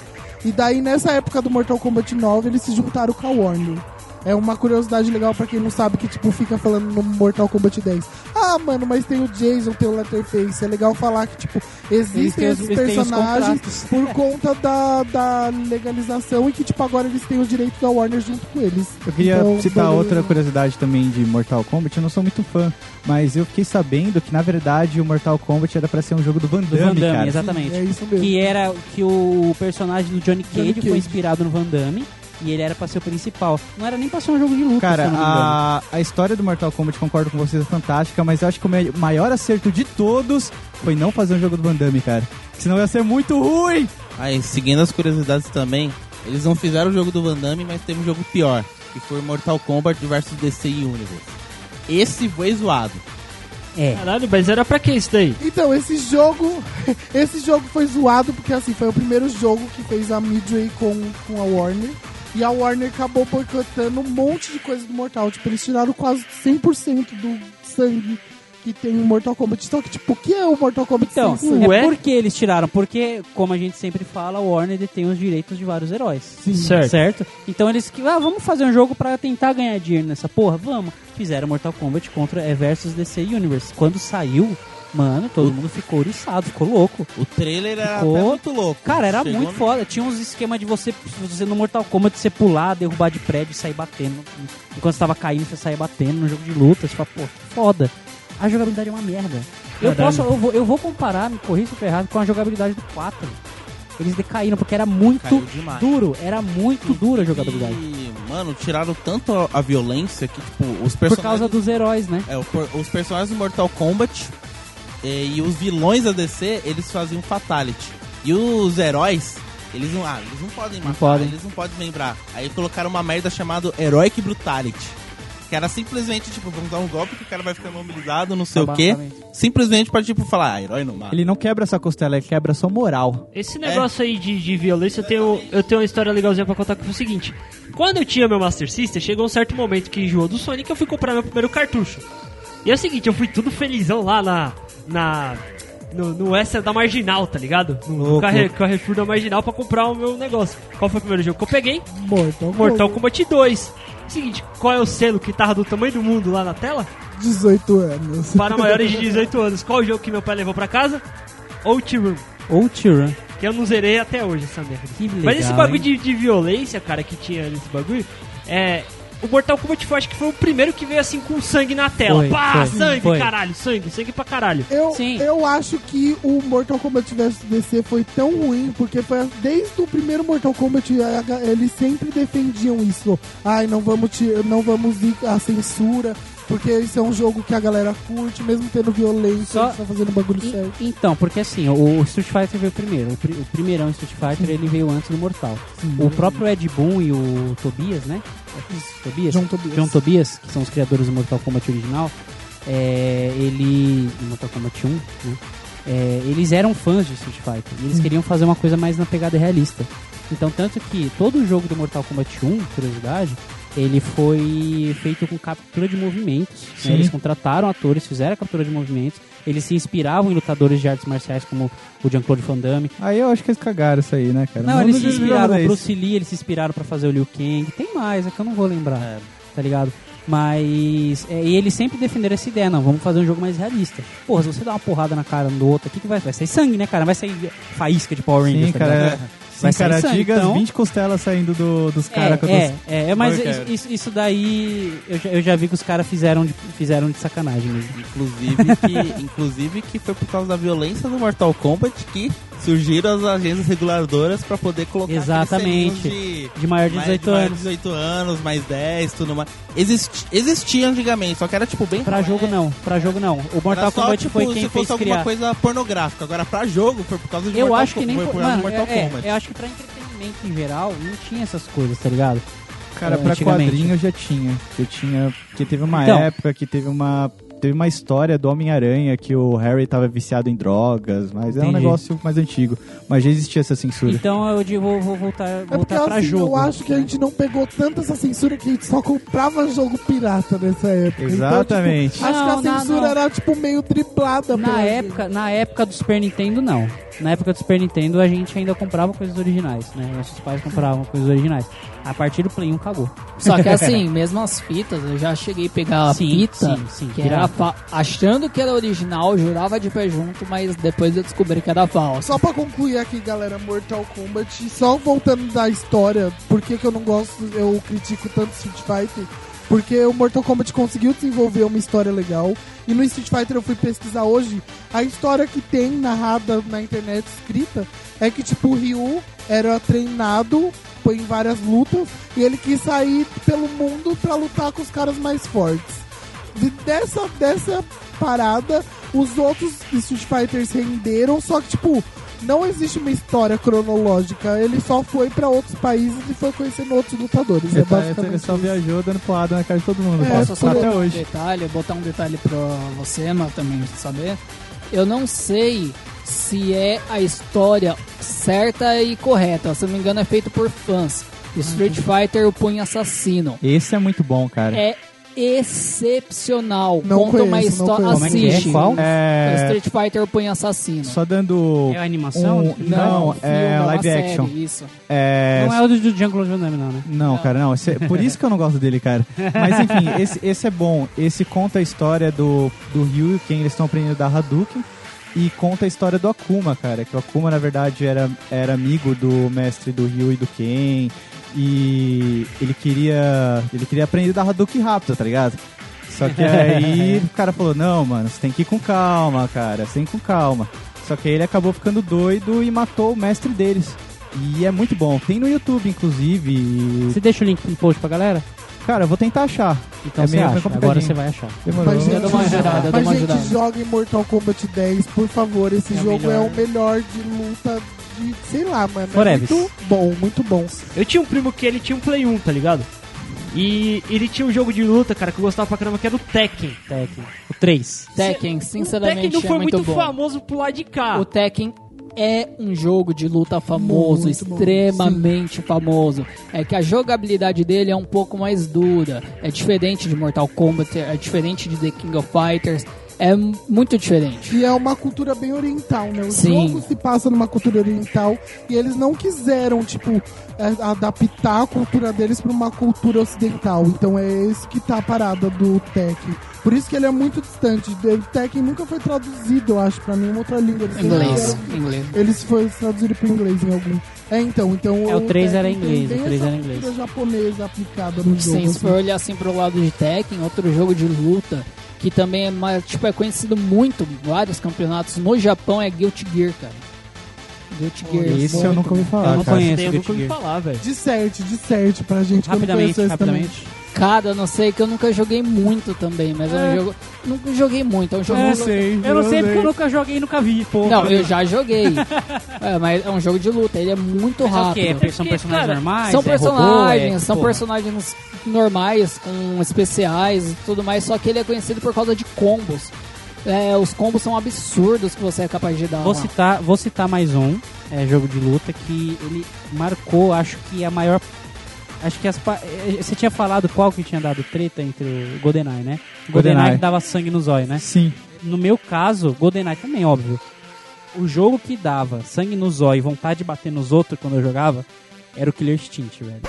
E daí, nessa época do Mortal Kombat 9, eles se juntaram com a Warner. É uma curiosidade legal pra quem não sabe que, tipo, fica falando no Mortal Kombat 10. Ah, mano, mas tem o Jason, tem o Letterface. É legal falar que, tipo, existem Eles esses têm os- eles têm os personagens contratos. por conta da, da legalização e que, tipo, agora eles têm os direitos da Warner junto com eles. Eu queria Então, citar beleza. outra curiosidade também de Mortal Kombat. Eu não sou muito fã, mas eu fiquei sabendo que, na verdade, o Mortal Kombat era pra ser um jogo do Van Do Damme, Van Damme, cara. exatamente. É isso mesmo. Que era que o personagem do Johnny Cage, Johnny foi Cage. inspirado no Van Damme e ele era pra ser o principal. Não era nem pra ser um jogo de luta, Cara, se eu não me engano. a, a história do Mortal Kombat, concordo com vocês, é fantástica, mas eu acho que o me- maior acerto de todos foi não fazer um jogo do Van Damme, cara. Senão ia ser muito ruim! Aí, Ah, seguindo as curiosidades também, eles não fizeram o jogo do Van Damme, mas teve um jogo pior, que foi Mortal Kombat vs DC Universe. Esse foi zoado. É. Caralho, mas era pra que isso daí? Então, esse jogo. Esse jogo foi zoado, porque assim, foi o primeiro jogo que fez a Midway com, com a Warner. E a Warner acabou boicotando um monte de coisa do Mortal. Tipo, eles tiraram quase 100% do sangue que tem no Mortal Kombat. Só que, tipo, o que é o Mortal Kombat Então, sem sangue? é Ué? porque eles tiraram. Porque, como a gente sempre fala, o Warner detém os direitos de vários heróis. Certo. Então eles que. Ah, vamos fazer um jogo pra tentar ganhar dinheiro nessa porra? Vamos. Fizeram Mortal Kombat contra é, versus DC Universe. Quando saiu, mano, todo mundo ficou oriçado, ficou louco. O trailer era Ficou. até muito louco. Cara, era Chegou muito no- foda. Tinha uns esquemas de você, você no Mortal Kombat, você pular, derrubar de prédio e sair batendo. Enquanto você tava caindo, você saia batendo no jogo de luta. Você fala, pô, que foda. A jogabilidade é uma merda. Eu, Caralho. posso, eu, vou, eu vou comparar, me corrija se eu tô errado, com a jogabilidade do 4. Eles decaíram, porque era muito Caiu demais. duro. Era muito dura a jogabilidade. E, mano, tiraram tanto a, a violência que, tipo, os Por personagens... causa dos heróis, né? É, o por- os personagens do Mortal Kombat eh, e os vilões da DC, eles faziam fatality. E os heróis, eles não, ah, eles não podem matar, podem. eles não podem lembrar. Aí colocaram uma merda chamada Heroic Brutality. Que era simplesmente, tipo, vamos dar um golpe que o cara vai ficar imobilizado, não sei o quê. Simplesmente pra, tipo, falar, ah, herói não mata. Ele não quebra essa costela, ele quebra só moral. Esse negócio aí de, de violência, eu tenho, eu tenho uma história legalzinha pra contar que foi o seguinte. Quando eu tinha meu Master System, chegou um certo momento que enjoou do Sonic eu fui comprar meu primeiro cartucho. E é o seguinte, eu fui tudo felizão lá na. na. No, no Extra da Marginal, tá ligado? No Carre, Carrefour da Marginal pra comprar o meu negócio. Qual foi o primeiro jogo que eu peguei? Mortal, Mortal Kombat. Kombat 2. Seguinte, qual é o selo que tava do tamanho do mundo lá na tela? 18 anos. Para maiores de 18 anos. Qual o jogo que meu pai levou pra casa? Outrun. Ou Tyrann. Que eu não zerei até hoje essa merda. Que legal, Mas esse bagulho hein? de, de violência, cara, que tinha nesse bagulho, é. O Mortal Kombat foi, acho que foi o primeiro que veio assim com sangue na tela. Foi, Pá, foi, sangue, foi. caralho, sangue, sangue pra caralho. Eu, Sim. eu acho que o Mortal Kombat vs DC foi tão ruim, porque foi desde o primeiro Mortal Kombat, a- eles sempre defendiam isso. Ai, não vamos, te, não vamos ir à censura, porque esse é um jogo que a galera curte, mesmo tendo violência, Só- eles estão fazendo bagulho E- certo. Então, porque assim, o o Street Fighter veio primeiro. O, pri- o primeirão Street Fighter ele veio antes do Mortal. O próprio Ed Boon e o Tobias, né? É isso, Tobias? John Tobias. John Tobias, que são os criadores do Mortal Kombat original, é, ele. do Mortal Kombat 1, né? É, eles eram fãs de Street Fighter. E eles queriam fazer uma coisa mais na pegada realista. Então, tanto que todo jogo do Mortal Kombat 1, curiosidade, ele foi feito com captura de movimentos. né? Sim. Eles contrataram atores, fizeram a captura de movimentos. Eles se inspiravam em lutadores de artes marciais como o Jean-Claude Van Damme. Aí eu acho que eles cagaram isso aí, né, cara? Não, eles se devia inspiraram fazer pro isso. Bruce Lee, eles se inspiraram pra fazer o Liu Kang. Tem mais, é que eu não vou lembrar, tá ligado? Mas é, e eles sempre defenderam essa ideia, não, vamos fazer um jogo mais realista. Porra, se você dar uma porrada na cara do outro, o que, que vai? Vai sair sangue, né, cara? Vai sair faísca de Power Rangers, Sim, tá cara. ligado? Sim, Vai cara, sair sangue, diga então. as 20 costelas saindo do- dos caras com é, a é, é, é, mas Oi, isso, cara. isso- isso daí eu já, eu já vi que os caras fizeram de, fizeram de sacanagem mesmo. Inclusive que, inclusive que foi por causa da violência do Mortal Kombat que surgiram as agências reguladoras pra poder colocar aqueles Exatamente. selinhos de... De maior de mais- 18 maior é de anos. 18 anos, mais 10, tudo mais. Exist- existia antigamente, só que era tipo bem. Pra raro. jogo não, pra jogo não. O Era Mortal só, Kombat tipo, foi quem se fez fosse alguma criar. coisa pornográfica. Agora, pra jogo, foi por causa de é Eu Mortal acho que nem Kombat. foi foi. por causa de Mano, Mortal é, Kombat. é, eu acho que pra entretenimento em geral não tinha essas coisas, tá ligado? Cara, É, pra antigamente. quadrinho eu já tinha. Eu tinha. Porque teve uma Então. época que teve uma. Teve uma história do Homem-Aranha que o Harry tava viciado em drogas, mas é um Entendi. negócio mais antigo. Mas já existia essa censura. Então eu digo, vou, vou voltar, É porque voltar pra assim, jogo. eu acho que a gente não pegou tanto essa censura que a gente só comprava jogo pirata nessa época. Exatamente. Então, tipo, acho que a Não, não, censura não. era, tipo, meio driblada. pela- Na época, na época do Super Nintendo, não. Na época do Super Nintendo, a gente ainda comprava coisas originais, né? Nossos pais compravam coisas originais. A partir do Play 1, cagou. Só que assim, mesmo as fitas, eu já cheguei a pegar a Sim, fita, sim, sim, que era pirata. fa- achando que era original, jurava de pé junto, mas depois eu descobri que era falso. Só pra concluir aqui, galera, Mortal Kombat, só voltando da história, por que, que eu não gosto, eu critico tanto Street Fighter? Porque o Mortal Kombat conseguiu desenvolver uma história legal. E no Street Fighter eu fui pesquisar hoje, a história que tem narrada na internet escrita é que, tipo, o Ryu era treinado em várias lutas e ele quis sair pelo mundo pra lutar com os caras mais fortes. De- dessa, dessa parada, os outros Street Fighters renderam, só que, tipo, não existe uma história cronológica. Ele só foi pra outros países e foi conhecendo outros lutadores. Ele, É tá- ele basicamente só viajou dando porrada na cara de todo mundo. É, cara. Posso só até botar um hoje. detalhe, botar um detalhe pra você, mas também saber. Eu não sei se é a história certa e correta. Se eu não me engano, é feito por fãs. Street Fighter, o Punho Assassino. Esse Uhum. é muito bom, cara. É excepcional. Não Conta uma conheço, não história. conheço. Como é que é? Assiste. Qual? É, Street Fighter, o Punho Assassino. Só dando. É a animação? um- não, é uma live série, action. Isso. É, Não é o do do Django Lodionami, não, né? Não, cara, não. Esse- é, por isso que eu não gosto dele, cara. Mas enfim, esse, esse é bom. Esse conta a história do, do Ryu, quem eles estão aprendendo da Hadouken. E conta a história do Akuma, cara. Que o Akuma, na verdade, era, era amigo do mestre do Ryu e do Ken. E ele queria. Ele queria aprender da Hadouken rápido, tá ligado? Só que aí o cara falou, não, mano, você tem que ir com calma, cara, você tem que ir com calma. Só que aí ele acabou ficando doido e matou o mestre deles. E é muito bom. Tem no YouTube, inclusive. e Você deixa o link no post pra galera? Cara, eu vou tentar achar. Então É você meio acha. complicadinho. Agora você vai achar. Demorou. Mas, Eu dou uma ajudada, eu dou Mas, uma gente, ajudada. joguem Mortal Kombat 10, por favor. Esse É o jogo é melhor. o melhor de luta de, sei lá, mano. É Forever. muito bom, muito bom. Eu tinha um primo que ele tinha um Play 1, tá ligado? E ele tinha um jogo de luta, cara, que eu gostava pra caramba, que era o Tekken. Tekken. O 3. Tekken, o Tekken sinceramente, não foi é muito, bom. famoso pro lado de cá. O Tekken é um jogo de luta famoso, Muito bom, extremamente famoso. É que a jogabilidade dele é um pouco mais dura. É diferente de Mortal Kombat, é diferente de The King of Fighters. É m- muito diferente. E é uma cultura bem oriental, né? O Sim. jogo se passa numa cultura oriental e eles não quiseram, tipo, é, adaptar a cultura deles pra uma cultura ocidental. Então é esse que tá a parada do Tekken. Por isso que ele é muito distante. O Tekken nunca foi traduzido, eu acho, pra nenhuma outra língua. Eles sempre Inglês, fizeram- inglês. Eles foram traduzidos pro inglês em algum. É, então, então... É, o três Tekken era tem inglês, bem o três essa era inglês. cultura japonesa aplicada no jogo. Sim, se assim. for olhar assim pro lado de Tekken, outro jogo de luta que também é, mais- tipo, é conhecido muito, vários campeonatos no Japão é Guilty Gear, cara. Guilty Gear. Esse eu muito nunca ouvi Ah, falar, Eu não cara. conheço Daí eu o nunca Guilty ouvi Gear. falar, velho. Disserte, disserte pra gente, que eu não Rapidamente, conheço esse também. rapidamente. Cara, eu não sei, que eu nunca joguei muito também, mas é um jogo. Nunca joguei muito, é um jogo. É, de luta. sei. Eu não sei porque eu nunca joguei e nunca vi, pô. Não, eu já joguei. é, mas é um jogo de luta, ele é muito Mas é o quê? rápido. É- São personagens Cara, normais? São É robô? personagens, É- são pô. personagens normais, com especiais e tudo mais, só que ele é conhecido por causa de combos. É, os combos são absurdos que você é capaz de dar. Vou lá. citar, vou citar mais um é, jogo de luta que ele marcou, acho que a maior. Acho que as. pa- eh, Você tinha falado qual que tinha dado treta entre o GoldenEye, né? GoldenEye. GoldenEye que dava sangue nos olhos, né? Sim. No meu caso, GoldenEye também, óbvio. O jogo que dava sangue nos olhos e vontade de bater nos outros quando eu jogava era o Killer Instinct, velho.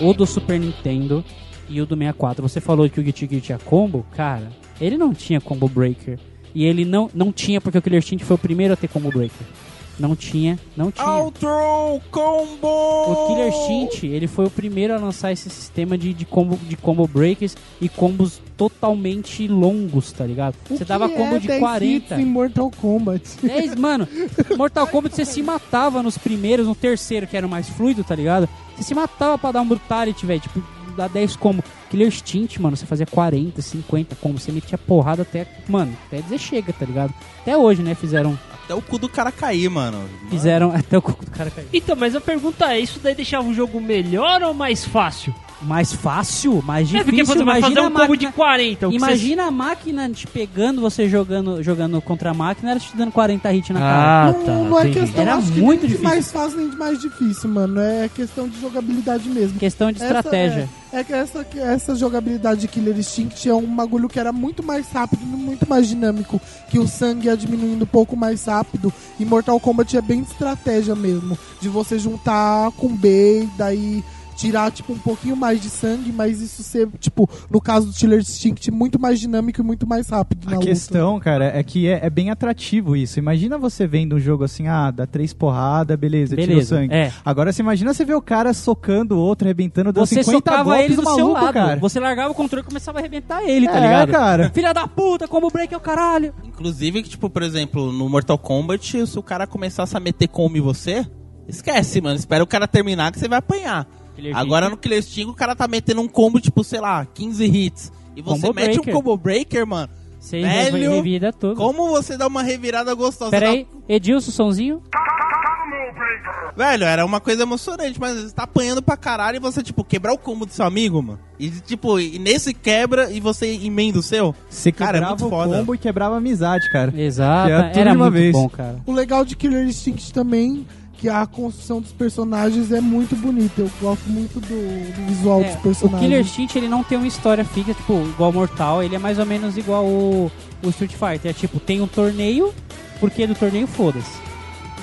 O do Super Nintendo e o do 64. Você falou que o Guilty Gear tinha combo, cara. Ele não tinha combo breaker. E ele não, não tinha porque o Killer Instinct foi o primeiro a ter combo breaker. Não tinha, não tinha. Outro combo! O Killer Instinct, ele foi o primeiro a lançar esse sistema de, de, combo, de combo breakers e combos totalmente longos, tá ligado? O Você dava que combo é de 10 hits 40. em Mortal Kombat. 10, É mano, Mortal Kombat você se matava nos primeiros, no terceiro, que era o mais fluido, tá ligado? Você se matava pra dar um brutality, velho, tipo, dar 10 combo. Killer Instinct, mano, você fazia 40, 50 combo, você metia porrada até, mano, até dizer chega, tá ligado? Até hoje, né, fizeram, Até o cu do cara cair, mano. fizeram até o cu do cara cair. Então, mas a pergunta é, isso daí deixava o jogo melhor ou mais fácil? Mais fácil, mais é porque difícil, você vai imagina fazer um a combo máquina- de 40. o que você- Imagina a máquina te pegando, você jogando, jogando contra a máquina, ela te dando 40 hit na cara. Ah, não, tá. não é entendi. questão Era acho que muito nem de difícil. mais fácil nem de mais difícil, mano. É questão de jogabilidade mesmo. Questão de Essa- estratégia. é, é que essa, essa jogabilidade de Killer Instinct é um bagulho que era muito mais rápido, muito mais dinâmico, que o sangue ia diminuindo um pouco mais rápido. E Mortal Kombat é bem de estratégia mesmo, de você juntar com B e daí tirar tipo um pouquinho mais de sangue, mas isso ser tipo no caso do Killer Instinct muito mais dinâmico e muito mais rápido na A luta. questão, cara, é que é, é bem atrativo isso. Imagina você vendo um jogo assim, ah, dá três porradas, beleza, tira o Beleza. sangue. É. Agora você imagina você ver o cara socando o outro, arrebentando, dando Você 50 socava golpes, ele do maluco, seu lado. cara. Você largava o controle e começava a arrebentar ele, tá É, ligado? cara. Filha da puta, como break é o caralho. Inclusive, que, tipo, por exemplo, no Mortal Kombat, se o cara começasse a meter combo em você, esquece, mano. Espera o cara terminar que você vai apanhar. Killer Agora no Killer Sting, o cara tá metendo um combo, tipo, sei lá, 15 hits. E você Combo mete breaker. um combo breaker, mano. Você Velho, revi- revida tudo. Como tá- você dá uma revirada gostosa? Pera aí, Edilson, sonzinho. Dá- Velho, era uma coisa emocionante, mas você tá apanhando pra caralho e você, tipo, quebrar o combo do seu amigo, mano. E, tipo, e nesse quebra e você emenda o seu. Você Cara, é quebrava muito o foda. combo e quebrava a amizade, cara. Exato, Era É tudo era de uma muito vez. bom, cara. O legal de Killer Instinct também que a construção dos personagens é muito bonita. Eu gosto muito do, do visual É, dos o personagens. Killer Instinct, ele não tem uma história fixa, tipo, igual ao Mortal, ele é mais ou menos igual o, o Street Fighter. É tipo, tem um torneio, porque do torneio foda-se.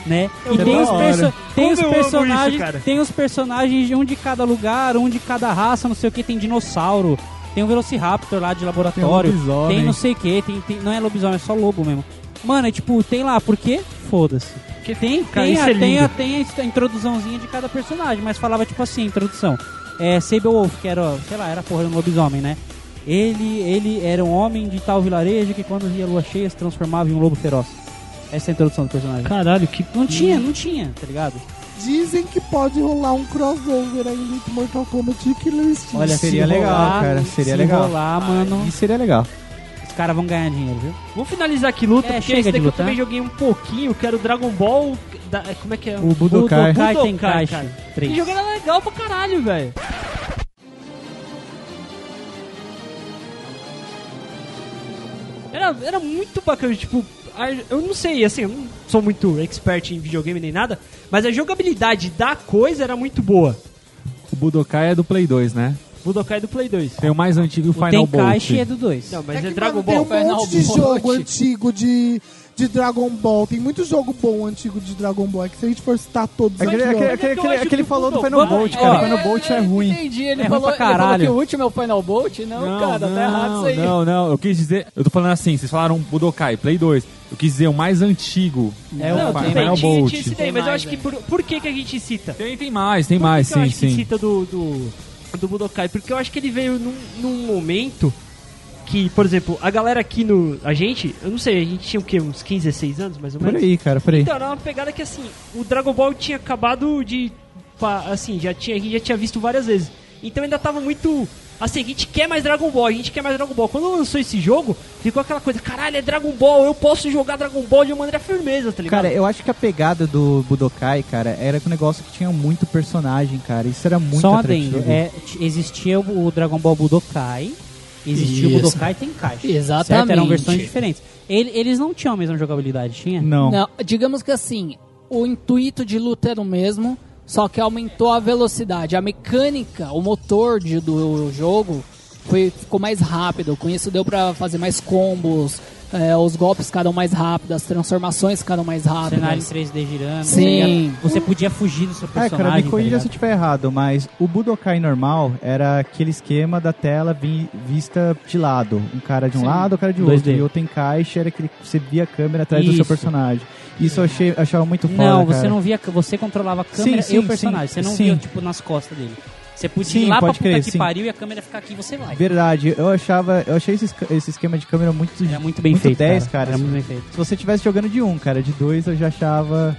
Né? E É tem da os, hora. perso- tem Como os eu amo isso, personagens. cara. tem os personagens de um de cada lugar, um de cada raça, não sei o que, tem dinossauro, tem um Velociraptor lá de laboratório. lobisomem. Tem não sei o que, tem, tem- não é lobisomem, é só lobo mesmo. Mano, é tipo, tem lá, por quê? Foda-se. Porque tem, Cara, tem, isso a, é tem, a, lindo. tem a hist- a introduçãozinha de cada personagem, mas falava tipo assim, a introdução. É, Saberwolf, que era, sei lá, era a porra do lobisomem, né? Ele, ele era um homem de tal vilarejo que quando via a lua cheia se transformava em um lobo feroz. Essa é a introdução do personagem. Caralho, que... Não tinha, não tinha, tá ligado? Dizem que pode rolar um crossover ainda entre Mortal Kombat e Killer Instinct. Olha, se seria legal, rolar, cara, seria se legal. rolar, mano, Isso seria legal. os caras vão ganhar dinheiro, viu? Vamos finalizar aqui luta, É, porque chega de esse daqui eu lutar. também joguei um pouquinho, que era o Dragon Ball... da- Como é que é? O Budokai Budokai. Budokai, Tenkaichi cara. Um, três. Esse jogo era legal pra caralho, velho. Era, era muito bacana, tipo, a- eu não sei, assim, eu não sou muito expert em videogame nem nada, mas a jogabilidade da coisa era muito boa. O Budokai é do Play 2, né? Budokai do Play 2. Tem o mais antigo, o O Final Bolt. Tenkaichi é do 2. Não, mas que, é, mano, Dragon tem Ball. um monte de Final jogo Bolt. antigo de, de Dragon Ball. Tem muito jogo bom antigo de Dragon Ball. É que se a gente for citar todos É aquele, aqui, ó. aquele, aquele, eu aquele, acho aquele que o falou do Budokai- Final Bolt, Ó, cara. O Final Bolt é ruim. um Entendi, ele, É ruim falou, pra ele falou caralho. que o último é o Final Bolt? Não, cara, tá errado isso aí. Não, não, eu quis dizer. Eu tô falando assim, vocês falaram Budokai, Play 2. Eu quis dizer o mais antigo. É o Não, Final tudo Final bem, tinha, Bolt. tinha esse daí, Tem mas eu mais, acho que é. por, por que, que a gente cita? Tem, tem mais, tem mais, Por que que eu sim, acho que sim. cita do, do, do Budokai? Porque eu acho que ele veio num, num momento que, por exemplo, a galera aqui no. A gente, eu não sei, a gente tinha o quê? Uns 15, 16 anos mais ou Por menos? aí, cara, por aí. Então, era uma pegada que assim, o Dragon Ball tinha acabado de. pa- Assim, já tinha, a gente já tinha visto várias vezes. Então ainda tava muito. Assim, a gente quer mais Dragon Ball, a gente quer mais Dragon Ball. Quando lançou esse jogo, ficou aquela coisa, caralho, é Dragon Ball, eu posso jogar Dragon Ball de uma maneira firmeza, tá ligado? Cara, eu acho que a pegada do Budokai, cara, era um negócio que tinha muito personagem, cara. Isso era muito Só um atrativo. adendo, é, t- existia o o Dragon Ball Budokai, existia o Isso. Budokai Tenkaichi. Exatamente. Certo? Eram versões diferentes. Ele- eles não tinham a mesma jogabilidade, tinha? Não. Não, digamos que assim, o intuito de luta era o mesmo, só que aumentou a velocidade. A mecânica, o motor de- do jogo foi, ficou mais rápido. Com isso deu pra fazer mais combos, é, os golpes ficaram mais rápidos, as transformações ficaram mais Ah, O cenário em rápidas. 3D girando. Sim. tá ligado? Você podia fugir do seu É, personagem. cara, me corrija tá se ligado? eu estiver errado, mas o Budokai normal era aquele esquema da tela vi- vista de lado. Um cara de um Sim. lado, um cara de 2D. outro. E o Tenkaichi era aquele que você via a câmera atrás do seu Isso. personagem. Isso eu achei, achava muito foda, Não, você cara. não via. Você controlava a câmera Sim, e sim, o personagem. sim, você não sim. via, tipo, nas costas dele. Você podia ir Sim, lá pra pode puta crer, que sim. pariu e a câmera ficar aqui e você vai. Verdade, eu achava, eu achei esse, esca- esse esquema de câmera muito Era muito bem feito. 10, cara. Era Se- muito bem feito. Se você tivesse jogando de um, cara, de dois eu já achava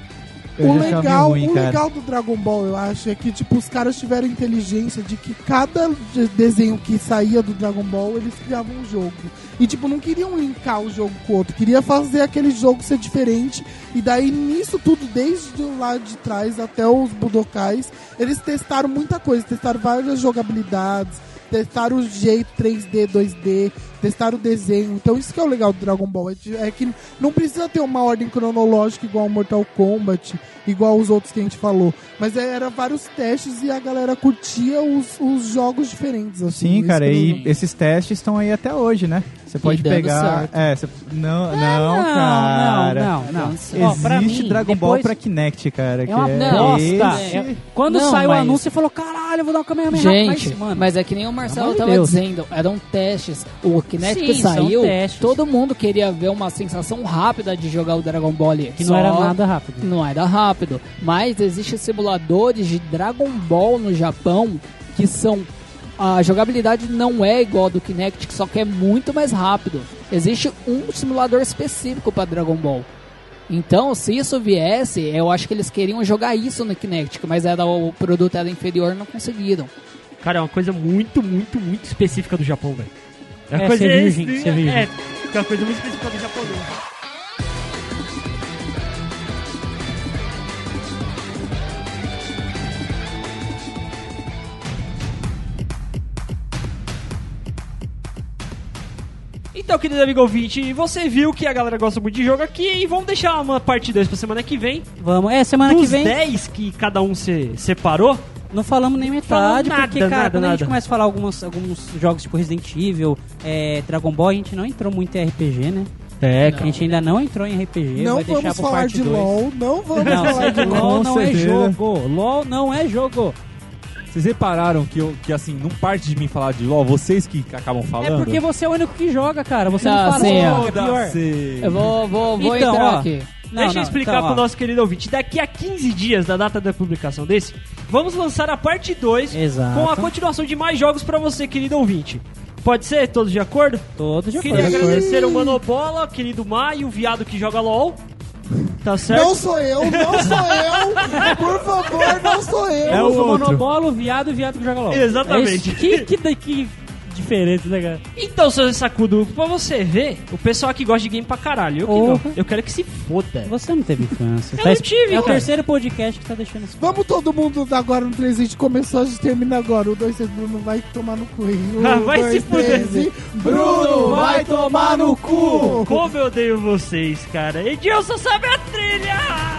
eu o já achava meio legal, ruim, o cara. legal do Dragon Ball, eu acho, é que tipo os caras tiveram inteligência de que cada de- desenho que saía do Dragon Ball, eles criavam um jogo. E tipo não queriam linkar o jogo com o outro, queria fazer aquele jogo ser diferente. E daí nisso tudo desde lá de trás até os budokais, eles testaram muita coisa, testaram várias jogabilidades, testaram o jeito 3D, 2D, testaram o desenho. Então isso que é o legal do Dragon Ball, é de- é que não precisa ter uma ordem cronológica igual ao Mortal Kombat, igual os outros que a gente falou. Mas é- era vários testes e a galera curtia os, os jogos diferentes. Assim, Sim, Isso cara, que eu- e esses testes estão aí até hoje, né? Você pode dando pegar. certo. É, você... não, não, não, cara. não, não. Ó, pra Existe mim, Dragon Ball depois- pra Kinect, cara. É uma que bosta. esse- É- Quando Não, saiu o mas- anúncio, você falou, caralho, eu vou dar uma câmera mais Gente, rápida. mas, é que nem o Marcelo amor de tava Deus. dizendo, eram testes. O Kinect Sim, que são saiu, testes. todo mundo queria ver uma sensação rápida de jogar o Dragon Ball ali. que não era Só nada rápido. Não era rápido. Mas existem simuladores de Dragon Ball no Japão que são. A jogabilidade não é igual a do Kinect, só que é muito mais rápido. Existe um simulador específico para Dragon Ball. Então, se isso viesse, eu acho que eles queriam jogar isso no Kinect, mas era o produto era inferior, não conseguiram. Cara, é uma coisa muito, muito, muito específica do Japão, velho. uma É, coisa ser virgem, é, ser virgem. é, é uma coisa muito específica do Japão. né? Então, querido amigo ouvinte, você viu que a galera gosta muito de jogo aqui e vamos deixar uma parte 2 pra semana que vem. Vamos. É, semana que Dos vem 10 que cada um se separou, não falamos nem metade, Falamos nada, porque, cara, nada, quando a gente nada. começa a falar algumas, alguns jogos tipo Resident Evil, é, Dragon Ball, a gente não entrou muito em RPG, né? É, cara. A gente ainda não entrou em RPG, Não vai deixar vamos pro falar parte de dois. LOL, não vamos falar de Não, LOL. LOL Com não é certeza. jogo. LOL não é jogo. Vocês repararam que, eu, que assim, não parte de mim falar de LOL, vocês que acabam falando. É porque você é o único que joga, cara. Você não, Não, fala sim, que ó. joga, é pior. Foda-se. Eu vou, vou, vou Então, entrar ó, aqui. Não, Deixa não, eu explicar então, ó. pro nosso querido ouvinte. Daqui a 15 dias da data da publicação desse, vamos lançar a parte 2 Exato. com a continuação de mais jogos pra você, querido ouvinte. Pode ser? Todos de acordo? Todos de Queria acordo. agradecer o Manobola, querido Maio, o viado que joga LOL. Tá certo? Não sou eu, não sou eu, por favor, não sou eu. É Eu sou o outro. monobolo, viado, viado que joga LOL. Exatamente. É isso. Que, que, que, que diferente, né, cara? Então, seu sacudo, pra você ver, o pessoal que gosta de game pra caralho. Eu, que Porra. não. eu quero que se foda. Você não teve infância. Eu Tá não es- tive, É o cara. terceiro podcast que tá deixando isso. Vamos todo mundo agora no 320 começou, a gente termina agora. O 2 Bruno vai tomar no cu. hein? Ah, Um, vai dois, se fuder. três e- Bruno vai tomar no cu! Como eu odeio vocês, cara. Edilson sabe a trilha!